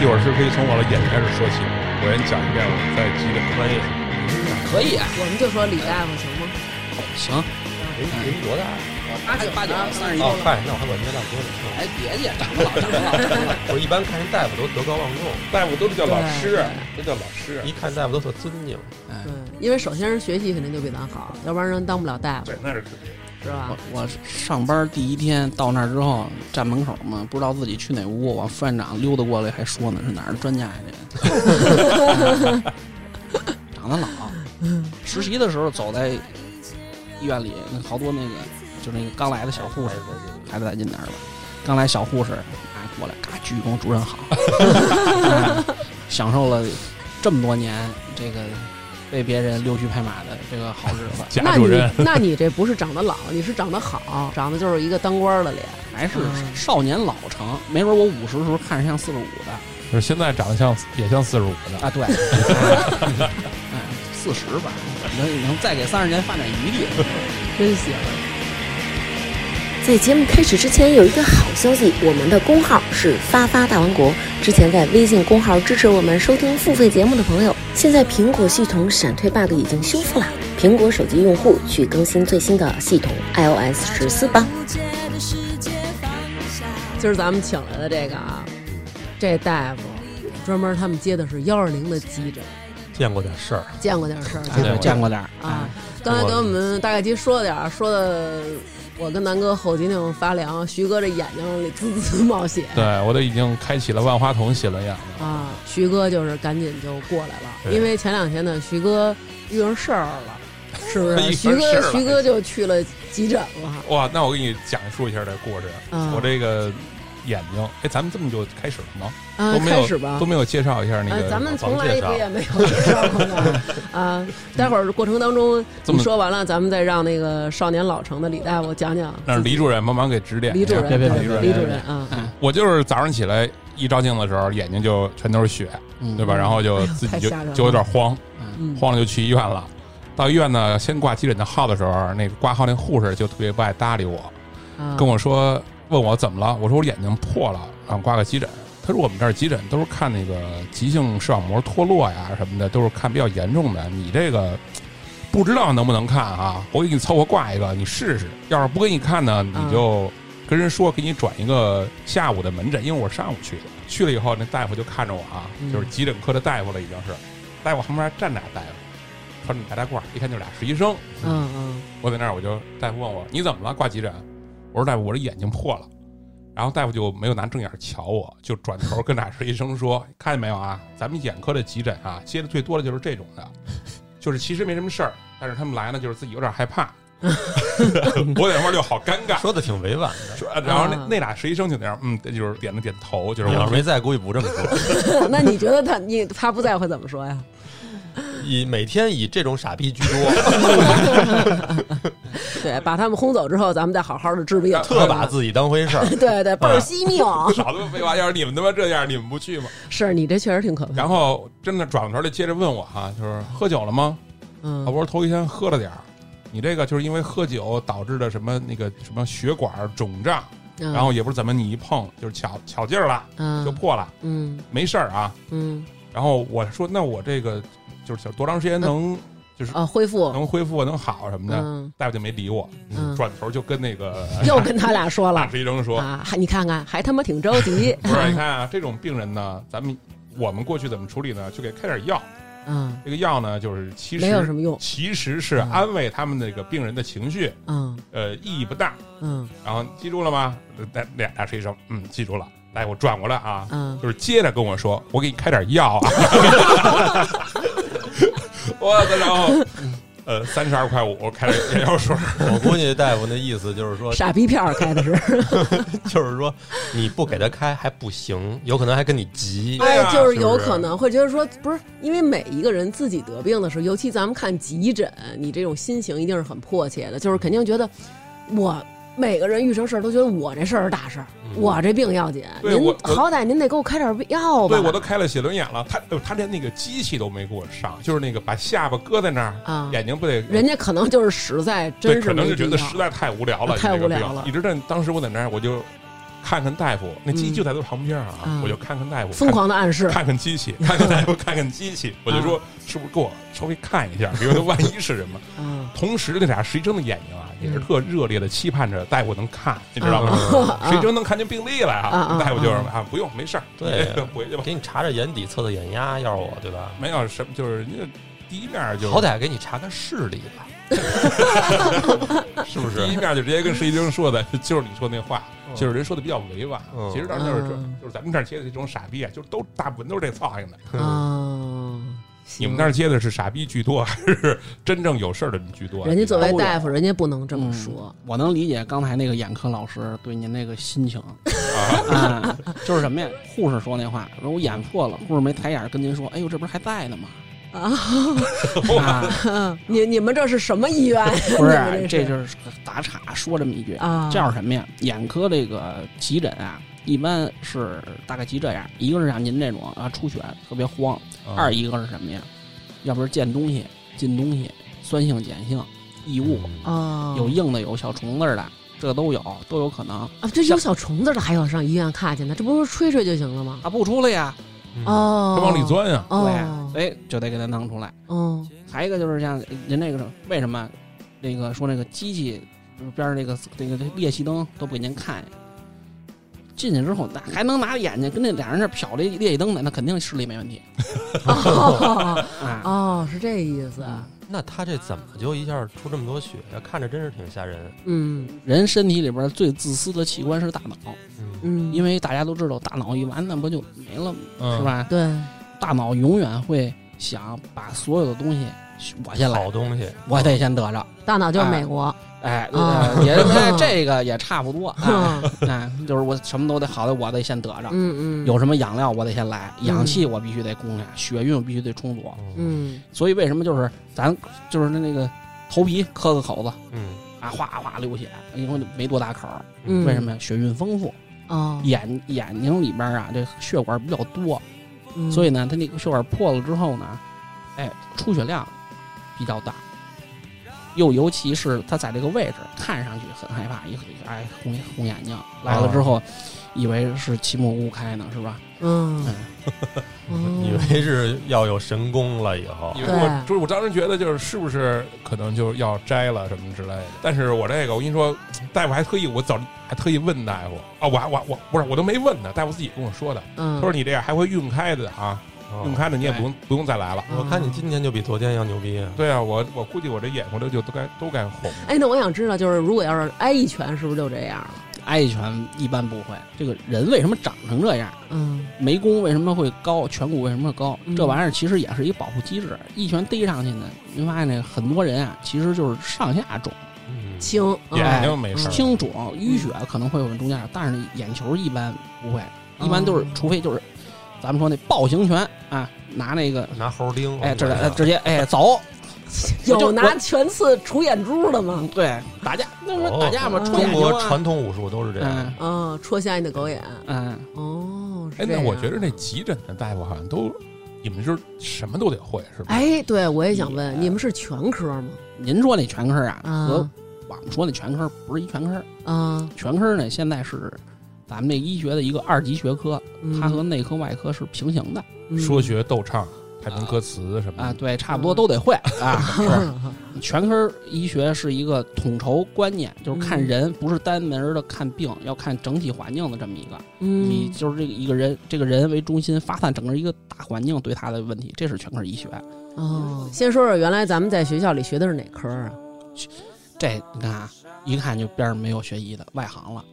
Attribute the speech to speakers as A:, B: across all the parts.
A: 一会儿是可以从我的演开始说起，我先讲一遍我在机的专业。
B: 可以啊，
C: 我们就说李大夫行吗？
B: 行，
D: 人人多大？
B: 八九八九
C: 啊
B: 三十一，
D: 哦，嗨，那我还管人家大哥呢。
B: 哎，别介，长不老长不老，
D: 我一般看人大夫都德高望重，
A: 大夫都是叫老师，都叫老师。
D: 一看大夫都特尊敬。
C: 对，因为首先是学习肯定就比咱好，要不然人当不了大夫
A: 对，，那是哦
C: 是吧
E: 我？我上班第一天到那儿之后，站门口嘛，不知道自己去哪屋，往副院长溜达过来，还说呢，是哪儿的专家呀？这 长得老。实习的时候走在医院里，那好多那个就那个刚来的小护士，还得再近点儿吧。刚来小护士，哎，过来嘎鞠躬，主任好、 哎享受了这么多年这个被别人溜须拍马的这个好日子。
A: 贾
C: 那
A: 主
C: 你
A: 任，
C: 那你这不是长得老，你是长得好，长得就是一个当官的脸。
E: 还是
C: 嗯
E: 少年老成，没准我五十的时候看着像四十五的
A: 就是现在长得像也像四十五的，
E: 啊，对， 哎，四十吧，能能再给三十年发展余地。
C: 真行！
F: 在节目开始之前，有一个好消息，我们的公号是发发大王国。之前在微信公号支持我们收听付费节目的朋友，现在苹果系统闪退 bug 已经修复了，苹果手机用户去更新最新的系统 iOS 十四吧。
C: 今儿咱们请来的这个啊，这大夫专门他们接的是幺二零的急诊，
D: 见过点事儿，
C: 见过点事儿
E: 哎
C: 吧
D: 对
E: 我见过点儿
C: 啊。刚才给我们大概其说了点儿，说的我跟南哥后脊梁发凉，徐哥这眼睛里滋滋冒血
A: 对我都已经开启了万花筒写轮眼了。
C: 啊。徐哥就是赶紧就过来了，
A: 对
C: 因为前两天呢，徐哥遇上事儿 了，是不
A: 遇上
C: 是？徐
A: 事儿了
C: 哥徐哥就去了急诊了。
A: 哇，那我给你讲述一下这故事。
C: 啊
A: 我这个眼睛，哎，咱们这么就开始了吗？
C: 啊，
A: 都没
C: 开
A: 有
C: 始吧，
A: 都没有介绍一下那
C: 呃
A: 个，
C: 咱们
A: 介绍
C: 从来不也没有介绍 过呢啊。待会儿过程当中
A: 这
C: 你
A: 么
C: 说完了，咱们再让那个少年老成的李大夫讲讲
A: 那是李主任帮忙给指点一
C: 李主
A: 下。
C: 任，
E: 别别别
C: 对
E: 别
C: 李
E: 别
C: 主
E: 别
C: 任啊，
E: 哎
A: 我就是早上起来一照镜子的时候，眼睛就全都是血，
E: 嗯
A: 对吧？然后
C: 哎
A: 就
C: 呦
A: 自己
C: 太
A: 就
C: 吓人了
A: 就有点慌，
C: 嗯，
A: 慌了就去医院了。到医院呢，先挂急诊的号的时候，那个挂号那护士就特别不爱搭理我，
C: 啊
A: 跟我说问我怎么了，我说我眼睛破了，然后挂个急诊。他说我们这儿急诊都是看那个急性视网膜脱落呀什么的，都是看比较严重的。你这个嗯不知道能不能看啊？我给你凑合挂一个，你试试。要是不给你看呢，你就跟人说给你转一个下午的门诊，因为我是上午去的。去了以后，那大夫就看着我啊，就是急诊科的大夫了，已经是。大夫旁边站俩大夫，穿着白大褂，一看就是俩实习生。
C: 嗯嗯
A: 我在那儿，我就大夫问我你怎么了，挂急诊？我说大夫，我这眼睛破了。然后大夫就没有拿正眼瞧我，就转头跟俩实习生说：“看见没有啊，咱们眼科的急诊啊，接的最多的就是这种的，就是其实没什么事儿，但是他们来呢，就是自己有点害怕。我在那块儿就好尴尬。
D: 说的挺委婉的。
A: 说然后那
C: 啊
A: 那俩实习生就那样，嗯，就是点了点头， 就是
D: 你要
A: 我
D: 是没在，估计不这么说。
C: 嗯，那你觉得他你他不在会怎么说呀？
D: 以每天以这种傻逼居多，
C: 对，把他们轰走之后，咱们再好好的治病。
D: 特把自己当回事儿。
C: 对对，倍
A: 嗯
C: 儿惜 命。
A: 少他妈废话，要是你们他妈这样，你们不去吗？
C: 是你这确实挺可怕。
A: 然后真的转过头来接着问我哈、就是喝酒了吗？
C: 嗯
A: 啊，我，说头一天喝了点儿，你这个就是因为喝酒导致的什么那个什么血管肿胀，
C: 嗯
A: 然后也不是怎么你一碰就是巧巧劲儿了就
C: 嗯
A: 破了，
C: 嗯
A: 没事儿啊。
C: 嗯
A: 然后我说那我这个就是多长时间能就是
C: 啊，恢复
A: 能恢复能好什么的，
C: 嗯，
A: 大夫就没理我
C: 嗯，
A: 转头就跟那个
C: 又跟他俩说了
A: 大医生 说，
C: 啊，还你看看还他妈挺着急。
A: 不是你看啊，这种病人呢，咱们我们过去怎么处理呢？就给开点药，
C: 嗯，
A: 这个药呢就是其
C: 没有什
A: 实
C: 么用。
A: 其实是
C: 嗯
A: 安慰他们那个病人的情绪，
C: 嗯
A: 呃，意义不大。
C: 嗯
A: 然后记住了吗？那俩俩实习生，嗯，记住了。来，我转过来啊，
C: 嗯，
A: 就是接着跟我说，我给你开点药 啊。我操，然后呃，三十二块五，我开了眼药 水。
D: 我估计大夫那意思就是说，
C: 傻逼片儿开的是，
D: 就是说你不给他开还不行，有可能还跟你 急。
A: 对啊
C: 哎，就是
A: 是不
C: 有
A: 是
C: 可能会觉得说，不是因为每一个人自己得病的时候，尤其咱们看急诊，你这种心情一定是很迫切的，就是肯定觉得我。每个人遇上事儿都觉得我这事儿是大事儿，我这病要紧。
A: 嗯对
C: 您
A: 我我
C: 好歹您得给我开点药吧。
A: 对我都开了写轮眼了，他呃他连那个机器都没给我上，就是那个把下巴搁在那儿，
C: 啊，
A: 眼睛不得
C: 人家可能就是实在
A: 对，
C: 真是
A: 可能
C: 没
A: 就觉得
C: 必要啊
A: 实在太无聊了，
C: 太
A: 你这个
C: 无聊
A: 病
C: 了
A: 一直在当时我在那儿，我就看看大夫，那机器
C: 嗯
A: 就在他旁边啊，
C: 啊
A: 我就看看大夫，
C: 疯
A: 看
C: 狂的暗 示，
A: 看看机 器，看看大夫，看看机
D: 嗯
A: 器，我就说是不是给我稍微看一下，因为 他万一是什么？
C: 啊，
A: 同时，那俩实习生的眼睛啊，
D: 嗯
A: 也是特热烈的期盼着大夫能看，你知道吗？
D: 嗯
C: 啊
A: 实习生能看见病历来
C: 啊啊
A: 啊，大夫就是啊，不用，没事儿，
D: 对
A: 你这个回去吧。
D: 给你查查眼底，测测眼压，要是我对吧？
A: 没有什么，就是那第一面就
D: 好歹给你查看视力吧，是不
A: 第一
D: 是？
A: 面就直接跟实习生说的， 就是你说那话，
D: 嗯
A: 就是人说的比较委婉。
D: 嗯
A: 其实当时就是
C: 嗯
A: 就是咱们这儿接的这种傻逼，啊，就是都大部分都是这操性的。
D: 嗯
C: 啊，
A: 嗯你们
C: 那
A: 那儿接的是傻逼居多，还是真正有事儿的人居多啊？
C: 人家作为
E: 都有
C: 大夫，人家不能这么
E: 嗯
C: 说，
E: 我能理解刚才那个眼科老师对您那个心情
A: 啊，
E: 啊，就是什么呀？护士说那话，说我眼破了，护士没抬眼跟您说，哎呦，这不是还在 呢吗？ 啊，
C: 你你们这是什么医院？
E: 不
C: 你们
E: 是，
C: 这
E: 这就是打岔说这么一句
C: 啊
E: 这叫什么呀？眼科这个急诊啊，一般是大概急这样，一个是像您这种啊出血特别慌，二一个是什么呀？要不是见东西进东西，酸性碱性异物，
C: 啊，
E: 有硬的有小虫子的，这个都有都有可能。
C: 啊，这有小虫子的还要上医院看去呢，这不是吹吹就行了吗？
E: 啊，不出来呀，
C: 哦，
A: 他往里，钻呀，
C: 哦，
E: 嗯对，哎，就得给它弄出来。
C: 嗯
E: 还有一个就是像人那个为什么那个说那个机器就是边上那个那个裂隙灯都不给您看呀？进去之后，那还能拿眼睛跟那俩人那瞟这裂隙灯呢，那肯定视力没问题
C: 哦
E: 啊。
C: 哦，是这意思，
D: 那他这怎么就一下出这么多血？看着真是挺吓人。
C: 嗯
E: 人身体里边最自私的器官是大脑，
D: 嗯，
C: 嗯，
E: 因
C: 为
E: 为大家都知道，大脑一完那不就没了吗，是
A: 是？
E: 吧？
C: 对，
E: 大脑永远会想把所有的东西我先来，
D: 好东西，
E: 我得先得着。
C: 大脑就是
E: 哎
C: 美国，
E: 哎，
C: 啊
E: 呃也哎这个也差不多， 哎
C: 嗯
E: 哎，就是我什么都得好的，我得先得着。
C: 嗯，
E: 有什么养料我得先来，氧气我必须得供下，血运我必须得充足。
C: 嗯
E: 所以为什么就是咱就是那那个头皮磕个口子
D: 嗯，
E: 啊，哗哗流血，因为没多大口儿，
C: 嗯，
E: 为什么呀？血运丰富，
C: 哦，
E: 眼眼睛里边啊这血管比较多，
C: 嗯
E: 所以呢，它那个血管破了之后呢，哎，出血量比较大。又尤其是它在这个位置看上去很害怕，一哎红红眼睛来
C: 哦
E: 了之后，以为是奇木屋开呢，是吧？
C: 嗯
E: 哎，
C: 哦
D: 以为是要有神功了以后
A: 因，为
C: 对
A: 我就是我当时觉得就是是不是可能就要摘了什么之类的，但是我这个我跟你说，大夫还特意我早还特意问大夫啊，我还我我不是我都没问呢，大夫自己跟我说的，
C: 嗯，
A: 他说你这样还会晕开的啊，晕
D: 哦
A: 开的你也不用不用再来了。
D: 我看你今天就比昨天要牛逼啊！
A: 对啊，我我估计我这眼睛都就都该都该红了。
C: 哎，那我想知道，就是如果要是挨一拳，是不是就这样了？
E: 挨一拳一般不会。这个人为什么长成这样？
C: 嗯
E: 眉弓为什么会高？颧骨为什么高？
C: 嗯
E: 这玩意儿其实也是一保护机制。一拳逮上去呢，您发现那很多人啊，其实就是上下肿、
D: 嗯，
C: 轻，
A: 眼
C: 嗯
A: 睛没事儿，
E: 青肿、淤血可能会往中间儿，但是眼球一般不会，一般都是
C: 哦
E: 除非就是咱们说那暴行拳啊，拿那个
D: 拿猴钉，
E: 哎，这
D: 我
E: 呃
D: 们
E: 直接哎走，我
C: 有
E: 就
C: 拿拳刺除眼珠的吗？
E: 对，打架，那不是
D: 哦
E: 打架吗？
C: 嗯
E: 戳眼
D: 中
E: 睛
D: 国
E: 啊
D: 传统武术都是这样
E: 嗯。
C: 嗯，戳瞎你的狗眼。
E: 嗯，
C: 哦，是
A: 哎，
C: 这
A: 那
C: 样
A: 我觉得那急诊的大夫好像都，你们就是什么都得会，是吧？
C: 哎，对，我也想问，你们是全科吗？
E: 嗯您说那全科啊，和
C: 啊
E: 我们说那全科不是一全科，
C: 啊，
E: 全科呢现在是咱们这医学的一个二级学科，
C: 嗯
E: 它和内科、外科是平行的
A: 说学逗唱，还能歌词什么
E: 啊，
A: 的。
E: 对，差不
C: 嗯
E: 多都得 会啊。是全科医学是一个统筹观念，就是
C: 嗯
E: 看人，不是单门儿的看病，要看整体环境的这么一个，以
C: 嗯
E: 就是这个一个人这个人为中心发散整个一个大环境对他的问题，这是全科医学。
C: 哦，先说说原来咱们在学校里学的是哪科啊？
E: 这你看啊，一看就边上没有学医的外行了。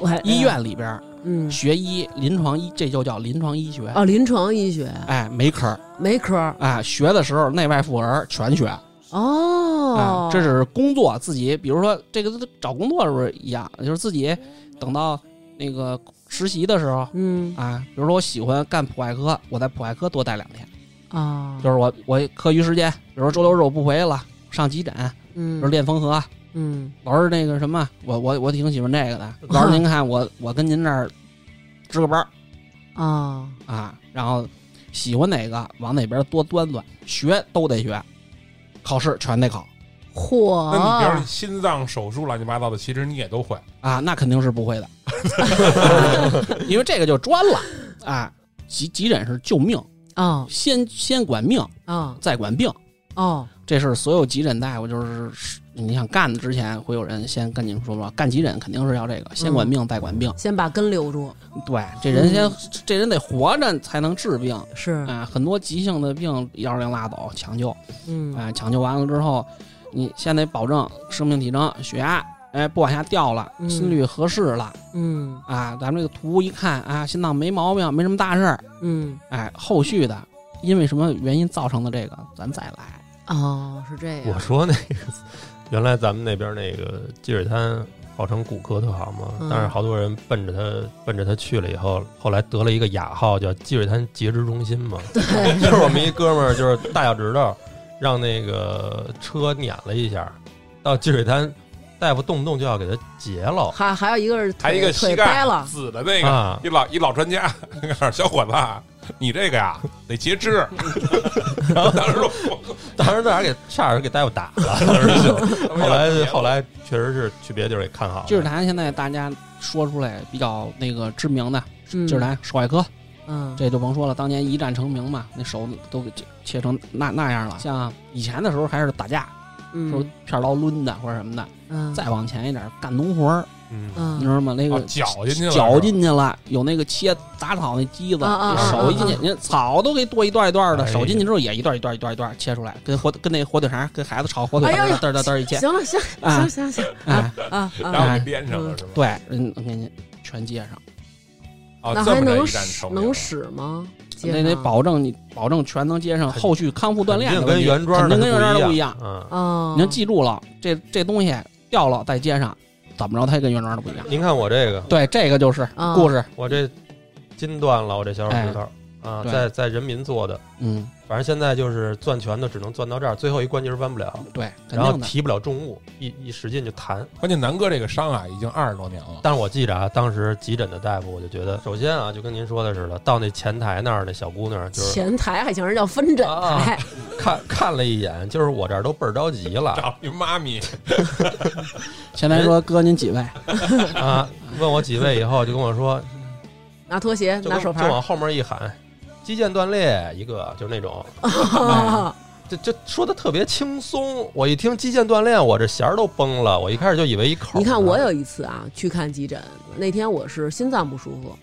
C: 我还
E: 医院里边儿
C: 哎嗯
E: 学医，临床医这就叫临床医学。
C: 哦，临床医学
E: 哎，没科儿
C: 没科
E: 啊，学的时候内外妇儿全学
C: 哦
E: 啊，，这只是工作自己，比如说这个找工作是不是一样？就是自己等到那个实习的时候
C: 嗯
E: 啊，比如说我喜欢干普外科，我在普外科多待两天，
C: 啊，
E: 就是我我课余时间，比如说周六日我不回来了，上急诊，比如
C: 嗯
E: 练缝合，
C: 嗯
E: 老师那个什么，我我我挺喜欢这个的，老师您看我我跟您这儿值个班儿
C: 啊
E: 啊，然后喜欢哪个往哪边多端端，学都得学，考试全得考。
C: 嚯！
A: 那你比
C: 哦
A: 如说心脏手术乱七八糟的，其实你也都会。
E: 啊，那肯定是不会的，因为这个就专了啊。急急诊是救命，
C: 哦
E: 先先管命，
C: 哦
E: 再管病。
C: 哦，
E: 这是所有急诊大夫，就是你想干的之前，会有人先跟你们说说，干急诊肯定是要这个，先
C: 嗯
E: 管命再管病。
C: 先把根留住，
E: 对，这人先、
C: 嗯
E: 这人得活着才能治病
C: 是，
A: 哎
E: 啊。很多急性的病，幺二零拉倒抢救
C: 嗯
A: 哎
E: 啊，抢救完了之后，你先得保证生命体征、血压，哎，不往下掉了，
C: 嗯
E: 心率合适了。
C: 嗯
E: 啊，咱们这个图一看啊，心脏没毛病，没什么大事儿。
C: 嗯，
E: 哎，后续的因为什么原因造成的这个，咱再来。
C: 哦，是这
D: 我
C: 样，
D: 说那个，原来咱们那边那个积水滩号称骨科特好嘛，
C: 嗯
D: 但是好多人奔着它奔着它去了以后，后来得了一个雅号叫积水滩截肢中心嘛，就是我们一哥们儿就是大脚趾头让那个车碾了一下，到积水滩大夫动不动就要给他截了
C: 还还有一个是
A: 还
C: 腿
A: 有一个膝
C: 腿掰
A: 盖
C: 了，
A: 紫的那个，
D: 啊。
A: 一老一老专家， 告诉小伙子，啊你这个呀得截 肢。然后当时说，
D: 当时那还给差点给大夫打了，后来后来确实是去别地儿给看好了，
E: 积水潭现在大家说出来比较那个知名的积
C: 嗯
E: 水潭手外科，
C: 嗯，
E: 这就甭说了，当年一战成名嘛，那手都给切切成那那样了。像以前的时候还是打架，说
C: 嗯
E: 片儿刀抡的或者什么的，
C: 嗯，
E: 再往前一点干农活儿，
D: 嗯
E: 你
C: 嗯
E: 知道吗？那个
A: 哦绞进去了
E: 绞进去了，有那个切杂草那机子，
C: 啊啊
E: 那手一进去
C: 啊，
E: 人家草都给剁一段一段的，
D: 哎呀
E: 手进去之后也一段一段一段一段切出来，跟火跟那火腿肠跟孩子炒火腿
C: 哎
E: 肠
C: 呦呦
E: 嘚儿嘚儿嘚儿一切，
C: 行了，行
E: 啊
C: 行行行
E: 哎，
C: 啊
A: 然后
C: 啊，
A: 给编上了是吧？
E: 对，嗯，给您全接上，
A: 哦，
C: 那
A: 这
C: 还
A: 么着
C: 能
A: 一战
C: 使
A: 成名
C: 能使吗？接啊
E: 那得
C: 上
E: 保证你保证全能接上，
D: 肯
E: 后续康复锻炼
D: 肯
E: 的
D: 定跟
E: 问题
D: 原装
E: 肯
D: 的
E: 定跟原装的
D: 不
E: 不
D: 一
E: 一
D: 样
E: 样，，
D: 嗯。
C: 哦，
E: 你要记住了，这这东西掉了再接上，怎么着它也跟原装的不一样。
D: 您看我这个，
E: 对，这个就是
C: 啊
E: 故事，
D: 我这筋断了，我这小手指头、啊，
E: 哎对
D: 在在人民做的，
E: 嗯，
D: 反正现在就是攥拳头只能攥到这儿，最后一关节弯不了，
E: 嗯对，肯
D: 然后
E: 定的。
D: 提不了重物，一一使劲就弹。
A: 关键南哥这个伤啊，已经二十多年了。
D: 但是我记着啊，当时急诊的大夫我就觉得，首先啊，就跟您说的似的，到那前台那儿那小姑娘就是
C: 前台还行，人叫分诊
A: 啊
C: 台，
D: 看看了一眼，就是我这儿都倍儿着急 了
A: 找你妈咪，
E: 前
D: 哎
E: 台说：“哥，您几 位
D: 啊，问我几位以后就跟我说，
C: 拿拖鞋，
D: 就
C: 拿
D: 跟
C: 手
D: 就
C: 牌
D: 往后面一喊，肌腱断裂一个，就是那种。
A: 啊
E: 哎
C: 儿，
D: 这这说的特别轻松，我一听肌腱断裂，我这弦儿都崩了。我一开始就以为一口呢。
C: 你看我有一次啊，去看急诊，那天我是心脏不舒服，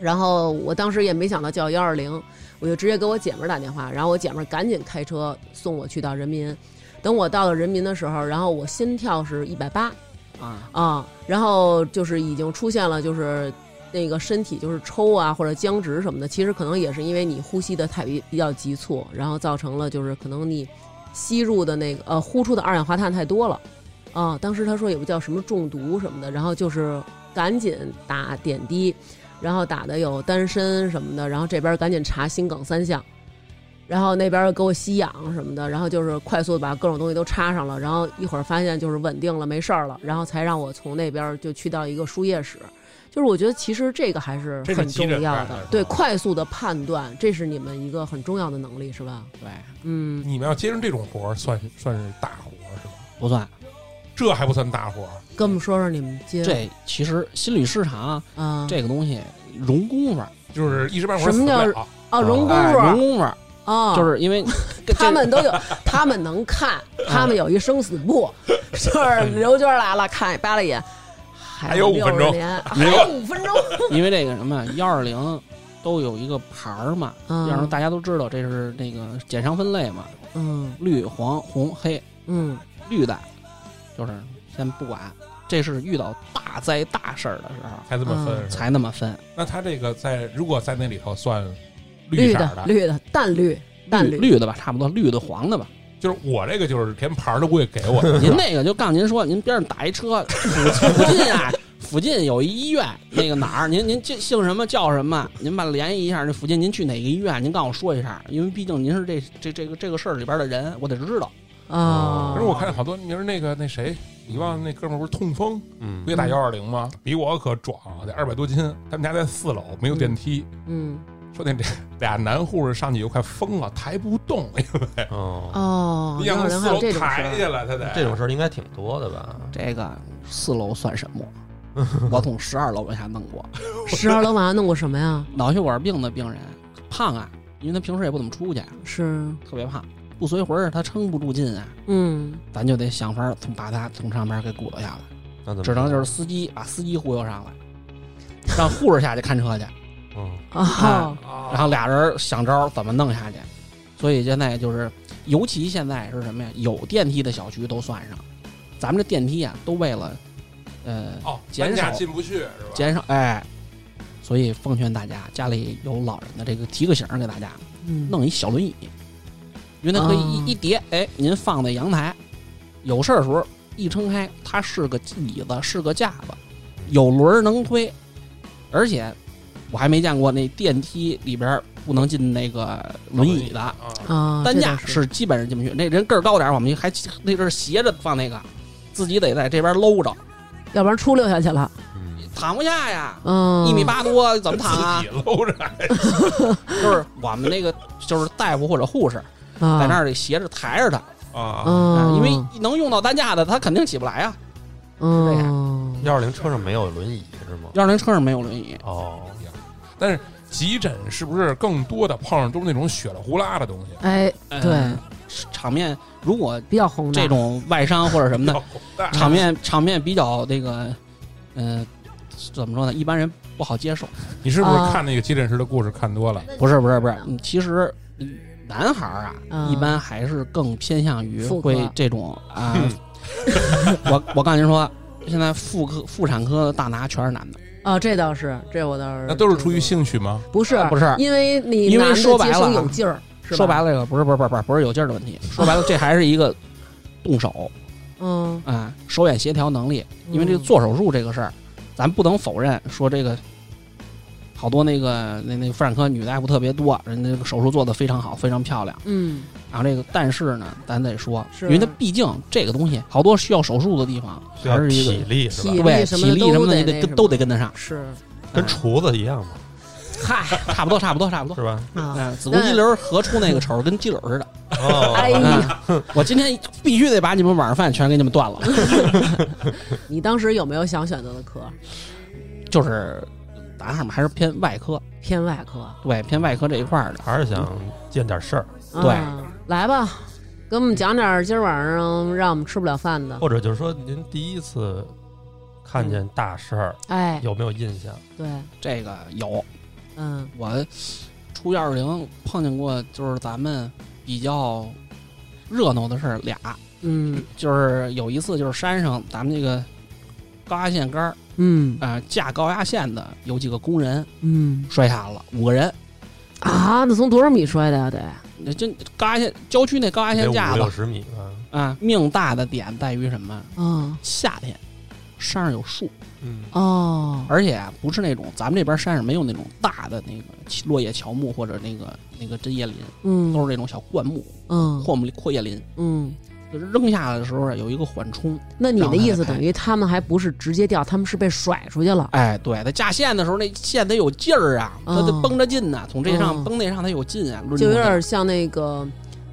C: 然后我当时也没想到叫幺二零，我就直接给我姐们儿打电话，然后我姐们儿赶紧开车送我去到人民。等我到了人民的时候，然后我心跳是一百八
E: 啊？
C: 啊，然后就是已经出现了就是那个身体就是抽啊或者僵直什么的，其实可能也是因为你呼吸的太比比较急促，然后造成了就是可能你吸入的那个呃呼出的二氧化碳太多了，啊，当时他说也不叫什么中毒什么的，然后就是赶紧打点滴，然后打的有丹参什么的，然后这边赶紧查心梗三项。然后那边给我吸氧什么的，然后就是快速地把各种东西都插上了，然后一会儿发现就是稳定了，没事儿了，然后才让我从那边就去到一个输液室。就是我觉得其实这个还是
A: 这是
C: 很
A: 急
C: 重
A: 诊
C: 要
A: 干的
C: 的
A: 是，
C: 对，
A: 吧
C: 快速的判断，这是你们一个很重要的能力，是吧？
E: 对，
C: 嗯，
A: 你们要接上这种活儿，算算是大活儿是吧？
E: 不算。
A: 这还不算大活儿，
C: 跟我们说说你们接
E: 这其实心理市场啊
C: 啊，
E: 这个东西容功夫儿，
A: 就是一时半会儿
C: 什
A: 死
C: 么
A: 不
C: 叫
A: 了。
C: 啊，容
A: 哦
C: 功
E: 哎，容
C: 夫
E: 功夫儿，
C: 啊，
E: 就是 因为这嗯
C: 他们都有， 他们能看，他们有一生死簿，就是刘娟来了，看扒拉一眼，还
A: 还有五
C: 六
A: 分
C: 十
A: 钟
C: 年，还有五分 钟，
E: 因为这个什么幺二零都有一个牌儿嘛，
C: 嗯
E: 让大家都知道这是那个减伤分类嘛，
C: 嗯
E: 绿、黄、红、黑，
C: 嗯
E: 绿的，就是先不管，这是遇到大灾大事儿的时候
A: 才这么分
C: 嗯
A: 是吧。
E: 才那么分，
A: 那他这个在如果在那里头算绿
C: 绿
A: 色儿
C: 的绿的淡绿淡
E: 绿
C: 绿，
E: 绿的吧，差不多绿的、黄的吧。
A: 就是我这个就是连牌儿都不会给我的。
E: 您那个就告诉您说，您边上打一车，附附近啊，附近有一医院，那个哪儿，您您姓姓什么叫什么，您把联系一下，这附近您去哪个医院，您告诉我说一下，因为毕竟您是这这这个这个事儿里边的人，我得知道。
C: 啊
A: 可是我看好多，你说那个那谁，你忘了那哥们儿不是痛风，
D: 嗯
A: 不也打幺二零吗？比我可壮，得二百多斤。他们家在四楼，没有电梯，
C: 嗯
A: 说那俩俩男护士上去就快疯了，抬不动，因为
D: 哦，
C: 哦，
A: 你
C: 幼
A: 想
C: 儿
A: 从
C: 园
A: 四
C: 还有
A: 楼抬
C: 这种事儿，
A: 下来，他得
D: 这种事儿应该挺多的吧？
E: 这个四楼算什么？我从十二楼往下弄过，
C: 十二楼晚上弄过什么呀？
E: 脑血管病的病人胖啊，因为他平时也不怎么出去，
C: 是，
E: 特别胖，不随魂儿他撑不住劲啊，
C: 嗯，
E: 咱就得想法儿从把他从上面给鼓捣下来，
D: 那怎么
E: 只能就是司机把司机忽悠上来，让护士下去看车去，
D: 嗯，
C: 哦，
A: 啊，
E: 然后俩人想招儿怎么弄下去。所以现在就是，尤其现在是什么呀？有电梯的小区都算上，咱们这电梯啊，都为了，呃，
A: 哦，
E: 减
A: 搬
E: 少
A: 家进不去是吧？
E: 减少哎。所以奉劝大家，家里有老人的这个提个醒儿给大家，
C: 嗯
E: 弄一小轮椅，因为它可以一、
C: 哦
E: 一叠，哎，您放在阳台，有事儿的时候一撑开，它是个椅子，是个架子，有轮儿能推，而且我还没见过那电梯里边儿不能进那个轮椅的，
A: 啊，
C: 啊，
E: 担
C: 这
E: 架
C: 倒是
E: 是基本上进不去，那人个儿高点儿，我们还那阵儿斜着放那个，自己得在这边搂着，
C: 要不然出溜下去了，
D: 嗯
E: 躺不下呀。
C: 嗯，
E: 一米，八多怎么躺 啊
A: 自己？搂着，
E: 就是我们那个就是大夫或者护士在那
C: 啊，
E: 儿得斜着抬着他，
A: 啊，
E: 啊
C: 嗯，
E: 因为能用到担架的，他肯定起不来啊。这
C: 嗯，
D: 幺二零车上没有轮椅是吗？
E: 幺二零车上没有轮椅，
C: 哎
D: 哦，
A: 但是急诊是不是更多的碰上都是那种血了呼啦的东西？
C: 哎，对，
E: 呃，场面如果
C: 比较宏大
E: 这种外伤或者什么的，
A: 大
E: 场面场面比较那个，呃，怎么说呢？一般人不好接受。
A: 你是不是
C: 啊
A: 看那个急诊室的故事看多了？
E: 不是不是不是，嗯其实嗯男孩儿啊，
C: 嗯
E: 一般还是更偏向于
C: 妇科
E: 会这种啊。 我我告诉您说，现在妇科妇产科的大拿全是男的，
C: 啊，这倒是，这我倒是，
A: 那都是出于，兴趣吗？
C: 不是
E: 不是
C: 因为你
E: 因为
C: 男的
E: 说白
C: 接
E: 了
C: 收
E: 啊
C: 有劲儿，是吧
E: 说白，了，这个不是不是不是不是不是有劲儿的问题，说白了，这还是一个动手。
C: 嗯，
E: 啊，手眼协调能力，因为这个做手术这个事儿，咱不能否认说这个好多那个那那妇产科女大夫特别多，人家这个手术做得非常好，非常漂亮。
C: 嗯，
E: 然后这个，但是呢，咱得说，
C: 是
E: 因为它毕竟这个东西好多需要手术的地方，
D: 需
E: 还
D: 要
E: 是一
D: 体
E: 个
D: 力是吧
C: 体？
E: 对
C: 什么
E: 体
C: 的
E: 力
C: 都
E: 什么的，
C: 得
E: 你
C: 那
E: 得
C: 什
E: 跟都
C: 么
E: 得跟得上。
C: 是，
D: 跟厨子一样嘛，
C: 嗨，
E: 差不多，差不多，差不多。
D: 是吧？
C: 啊，
E: 嗯，子宫肌瘤何出那个丑，跟鸡柳似的。啊
C: 哎
D: 哦，
C: 呀，
E: 我今天必须得把你们晚上饭全给你们断了。
C: 你当时有没有想选择的科？
E: 就是男孩们还是偏外科，
C: 偏外科，
E: 对，偏外科这一块儿的。
D: 还是想见点事儿，
C: 啊
E: 对
C: 来吧，给我们讲点儿今儿晚上让我们吃不了饭的，
D: 或者就是说您第一次看见大事儿
C: 哎，
D: 有没有印象？
C: 对，
E: 这个有，
C: 嗯
E: 我出幺二零碰见过，就是咱们比较热闹的事儿俩，
C: 嗯
E: 就是有一次就是山上咱们这个高压线杆儿
C: 嗯
E: 啊、呃架高压线的有几个工人
C: 嗯
E: 摔下了五个人，
C: 啊，那从多少米摔的呀？得，
E: 那真高压线郊区那高压
D: 得
E: 线
D: 五
E: 架
D: 六
E: 子
D: 十米吧，
E: 啊，命大的点在于什么？
C: 嗯
E: 夏天山上有树，
D: 嗯，
C: 哦，
E: 而且啊不是那种咱们这边山上没有那种大的那个落叶乔木或者那个那个针叶林，都
C: 嗯
E: 是那种小灌木
C: 嗯
E: 阔木阔叶林。
C: 嗯，
E: 就是扔下来的时候啊有一个缓冲，
C: 那你的意思
E: 然后他
C: 等于他们还不是直接掉，他们是被甩出去了，
E: 哎，对，它架线的时候那线得有劲儿啊，它
C: 嗯
E: 得绷着劲呐、从这上
C: 嗯
E: 绷那上它有劲啊，抡
C: 就有
E: 出去
C: 点像那个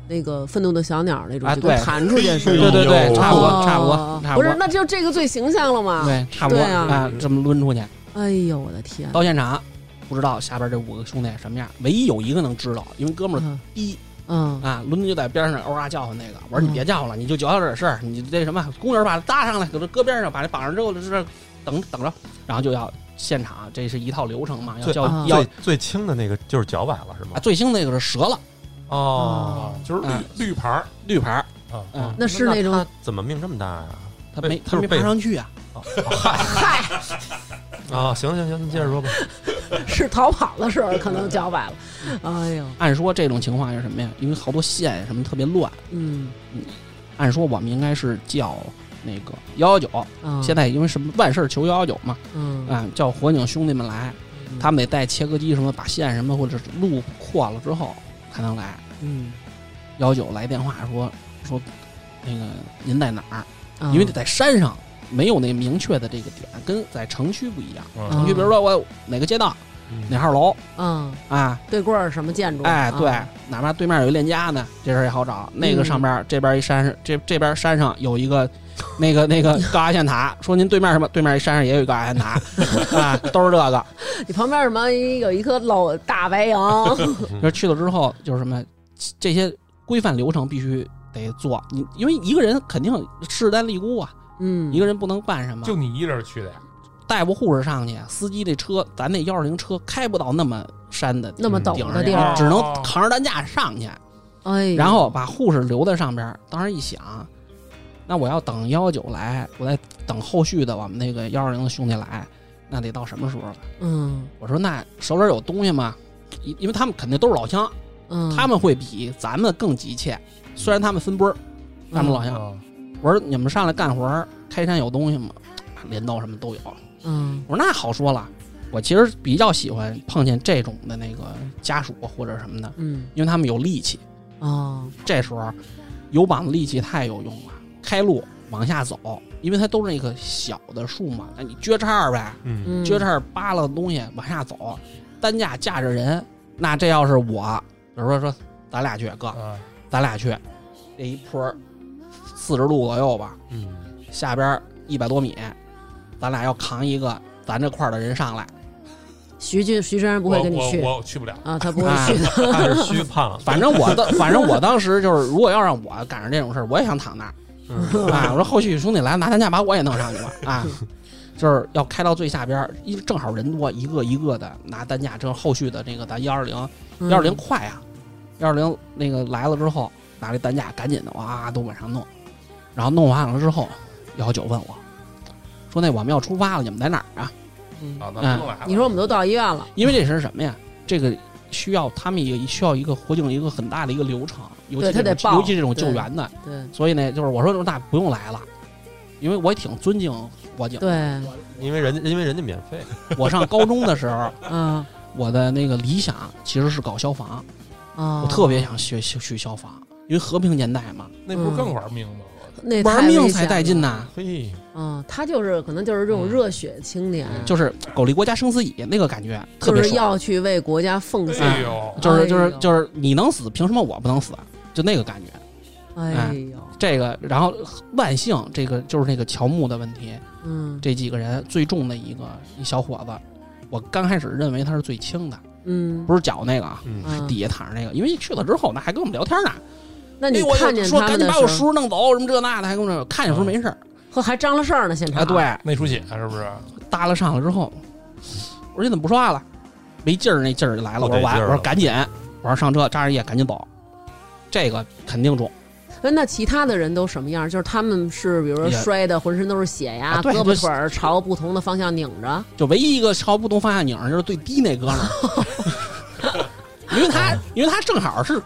C: 那个愤怒的小鸟那种，
E: 啊
C: 就跟
E: 对
C: 弹出去似
E: 对
C: 的。
E: 对
A: 哎呦
E: 对，差不
C: 哦
E: 多差不多差
C: 不
E: 不
C: 是，
E: 多，
C: 那就这个最形象了嘛。
E: 对，差不多
C: 对啊
E: 啊，这么抡出去
C: 哎呦，我的天！
E: 到现场，不知道下边这五个兄弟什么样，唯一有一个能知道，因为哥们儿
C: 嗯
E: 低
C: 嗯
E: 啊，抡就在边上嗷啊叫唤那个，我说你
C: 嗯
E: 别叫唤了，你就嚼嚼这事儿，你这什么公园把它搭上来，给它搁边上，把它绑上之后就是等等着，然后就要现场，这是一套流程嘛，要
D: 对
E: 叫
C: 啊
E: 要
D: 最最轻的那个就是脚崴了是吗
E: 啊，？最新那个是折了，
D: 哦，
A: 啊，就是
E: 嗯
A: 绿绿牌儿
E: 绿牌儿，
A: 啊
E: 嗯，
C: 那是那种
D: 他怎么命这么大呀？
E: 他
D: 被
E: 没
D: 就
E: 他
D: 是
E: 没
D: 被
E: 爬上去啊，
D: 啊，行行行，您接着 说吧。
C: 是逃跑的时候可能脚崴了，哎呦，
E: 按说这种情况是什么呀？因为好多线什么特别乱，
C: 嗯，
E: 按说我们应该是叫那个幺幺九。
C: 啊
E: 现在因为什么万事儿求幺幺九嘛，
C: 嗯
E: 啊、叫火警兄弟们来，他们得带切割机什么，把线什么或者是路扩了之后才能来。
C: 嗯，
E: 幺九来电话说说那个您在哪儿？
C: 啊
E: 因为在山上没有那明确的这个点，跟在城区不一样。
A: 嗯
E: 城区比如说我哪个街道，哪号楼
C: 嗯，
E: 啊？
C: 对过儿什么建筑？
E: 哎，
C: 啊
E: 对，哪怕对面有一链家呢，这事儿也好找。那个上边儿这边一山上，这这边山上有一个那个那个高压线塔，说您对面什么？对面一山上也有一高压线塔啊，都是这个。
C: 你旁边什么有一棵老大白杨，
E: 就
D: 嗯
E: 是去了之后，就是什么这些规范流程必须得做，你因为一个人肯定势单力孤啊，
C: 嗯，
E: 一个人不能办什么。
A: 就你一人去的呀？
E: 大夫护士上去，司机这车，咱那幺二零车开不到那么山的，
C: 那么陡的地
A: 儿
E: 只能
A: 哦
E: 扛着担架上去。
C: 哎，
E: 哦然后把护士留在上边儿。当时一想，那我要等幺幺九来，我再等后续的我们那个幺二零的兄弟来，那得到什么时候了？
C: 嗯
E: 我说那手里有东西吗？因因为他们肯定都是老乡，
C: 嗯，
E: 他们会比咱们更急切。虽然他们分波儿，他们老乡。
A: 嗯
E: 我说你们上来干活儿，开山有东西吗？啊镰刀什么都有。
C: 嗯
E: 我说那好说了，我其实比较喜欢碰见这种的那个家属或者什么的，
C: 嗯
E: 因为他们有力气。
C: 哦
E: 这时候有膀子力气太有用了，开路往下走，因为它都是那个小的树嘛，那你撅叉儿呗，
D: 嗯，
C: 嗯，
E: 撅叉儿扒拉东西往下走，担架架着人，那这要是我，比如说说咱俩去哥，
D: 啊，
E: 咱俩去，这一坡四十度左右吧，
D: 嗯，
E: 下边一百多米，咱俩要扛一个咱这块儿的人上来，
C: 徐俊徐先生不
A: 我
C: 会跟你去
A: 我我去不了。
C: 啊，他不会
E: 哎
C: 去 的，
D: 他是虚胖，
E: 反正我的， 反正我当时就是，如果要让我赶上这种事儿，我也想躺那儿。
D: 嗯
E: 啊，我说后续兄弟来拿担架把我也弄上去吧啊，就是要开到最下边儿，一正好人多，一个一个的拿担架，这后续的这个咱幺二零
C: 嗯
E: 幺二零快啊，幺二零那个来了之后拿这担架赶紧的哇都往上弄，然后弄完了之后幺九问我说那我们要出发了，你们在哪儿啊？
A: 啊，那不用来了。
C: 嗯你说我们都到医院了，
E: 因为这是什么呀？这个需要他们也需要一个活境一个很大的一个流程，尤其
C: 对他
E: 这
C: 得
E: 种
C: 报
E: 尤其这种救
C: 对
E: 援的，
C: 对
E: 所以呢就是我说那不用来了。因为我也挺尊敬火警的，
C: 对，
D: 因为人家因为人家免费，
E: 我上高中的时候，
C: 嗯
E: 我的那个理想其实是搞消防，
C: 啊，
E: 我特别想学学去消防，因为和平年代嘛，
A: 那不是更玩命吗？
C: 那
E: 玩
C: 太危
E: 命
C: 险
E: 才带劲嗯
C: 了
E: 呐。
D: 嘿，
C: 嗯，他就是可能就是这种热血青年，
E: 就是狗立国家生死以那个感觉嗯特
C: 就
E: 别
C: 是
E: 爽，
C: 要去为国家奉
A: 哎
C: 献。
A: 呦，
E: 就是就
C: 哎
E: 是
C: 呦
E: 就是你能死，凭什么我不能死？啊就那个感觉。
C: 哎呦，
E: 这个，然后万幸，这个就是那个乔木的问题，
C: 嗯
E: 这几个人最重的一个一小伙子，我刚开始认为他是最轻的，
C: 嗯，
E: 不是脚那个啊，
D: 嗯，
C: 嗯
E: 底下躺着那个，因为去了之后那还跟我们聊天呢。
C: 那你
E: 哎我
C: 看见
E: 说
C: 他
E: 赶
C: 们
E: 紧
C: 的
E: 把我
C: 时候，嗯
E: 叔弄走，什么这那的，还跟我说看见时候没事儿
C: 呵，还张了事儿呢，现场
E: 啊。，对，
A: 内出血是不是？
E: 搭了上了之后，我说你怎么不说话了？没劲儿，那劲儿就来
C: 哦
E: 了。
D: 不
E: 我
D: 得
E: 说完，
D: 劲儿
E: 我
D: 了
E: 说赶紧，我说上车扎上夜，赶紧走。这个肯定中，
C: 哎那其他的人都什么样？就是他们是，比如说
E: 也
C: 摔的浑身都是血呀，
E: 啊对
C: 胳
E: 就
C: 膊
E: 是
C: 腿儿朝不同的方向拧着，
E: 就唯一一个朝不同方向拧儿就是最低那哥们儿，因为他因为他正好是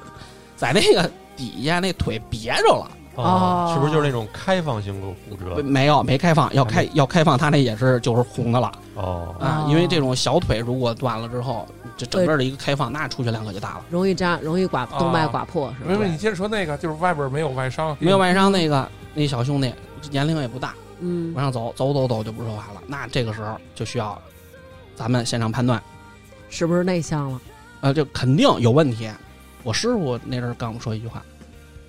E: 在那个底下那腿别着了，
C: 哦
D: 是不是就是那种开放性骨骨折？
E: 没有没开放，要开要开放他那也是就是红的了
D: 哦，
E: 啊
C: 哦，
E: 因为这种小腿如果断了之后，这整个的一个开放，那出血量可就大了。
C: 容易扎，容易剐
A: 啊
C: 动脉剐破，是
E: 哦
A: 没
C: 吧？
A: 有，你接着说那个，就是外边没有外伤，
E: 没有外伤那个那小兄弟年龄也不大，
C: 嗯
E: 往，上走走走走就不说话了。那这个时候就需要咱们现场判断，
C: 是不是内向了？
E: 呃，就肯定有问题。我师傅那阵儿跟我们说一句话，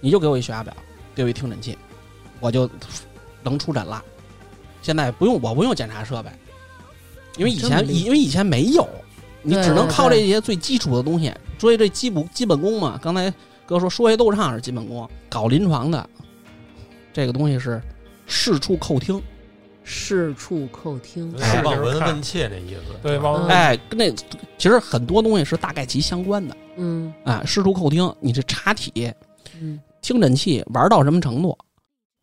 E: 你就给我一血压表，给我一听诊器，我就能出诊了。现在不用，我不用检查设备，因为以
C: 哦这么
E: 前
C: 厉害
E: 因为以前没有，你
C: 对
E: 只能
C: 对
E: 靠
C: 对
E: 这些最基础的东西。所以这基本基本功嘛，刚才哥说说学逗唱是基本功，搞临床的这个东西是视触叩听，
C: 视触叩听
D: 有，
A: 是
D: 点望
A: 就是
D: 闻
A: 看
D: 问切那意思，
A: 对望闻
C: 嗯
E: 哎，跟那其实很多东西是大概其相关的
C: 嗯
E: 啊。视触叩听，你这查体、
C: 嗯
E: 听诊器玩到什么程度，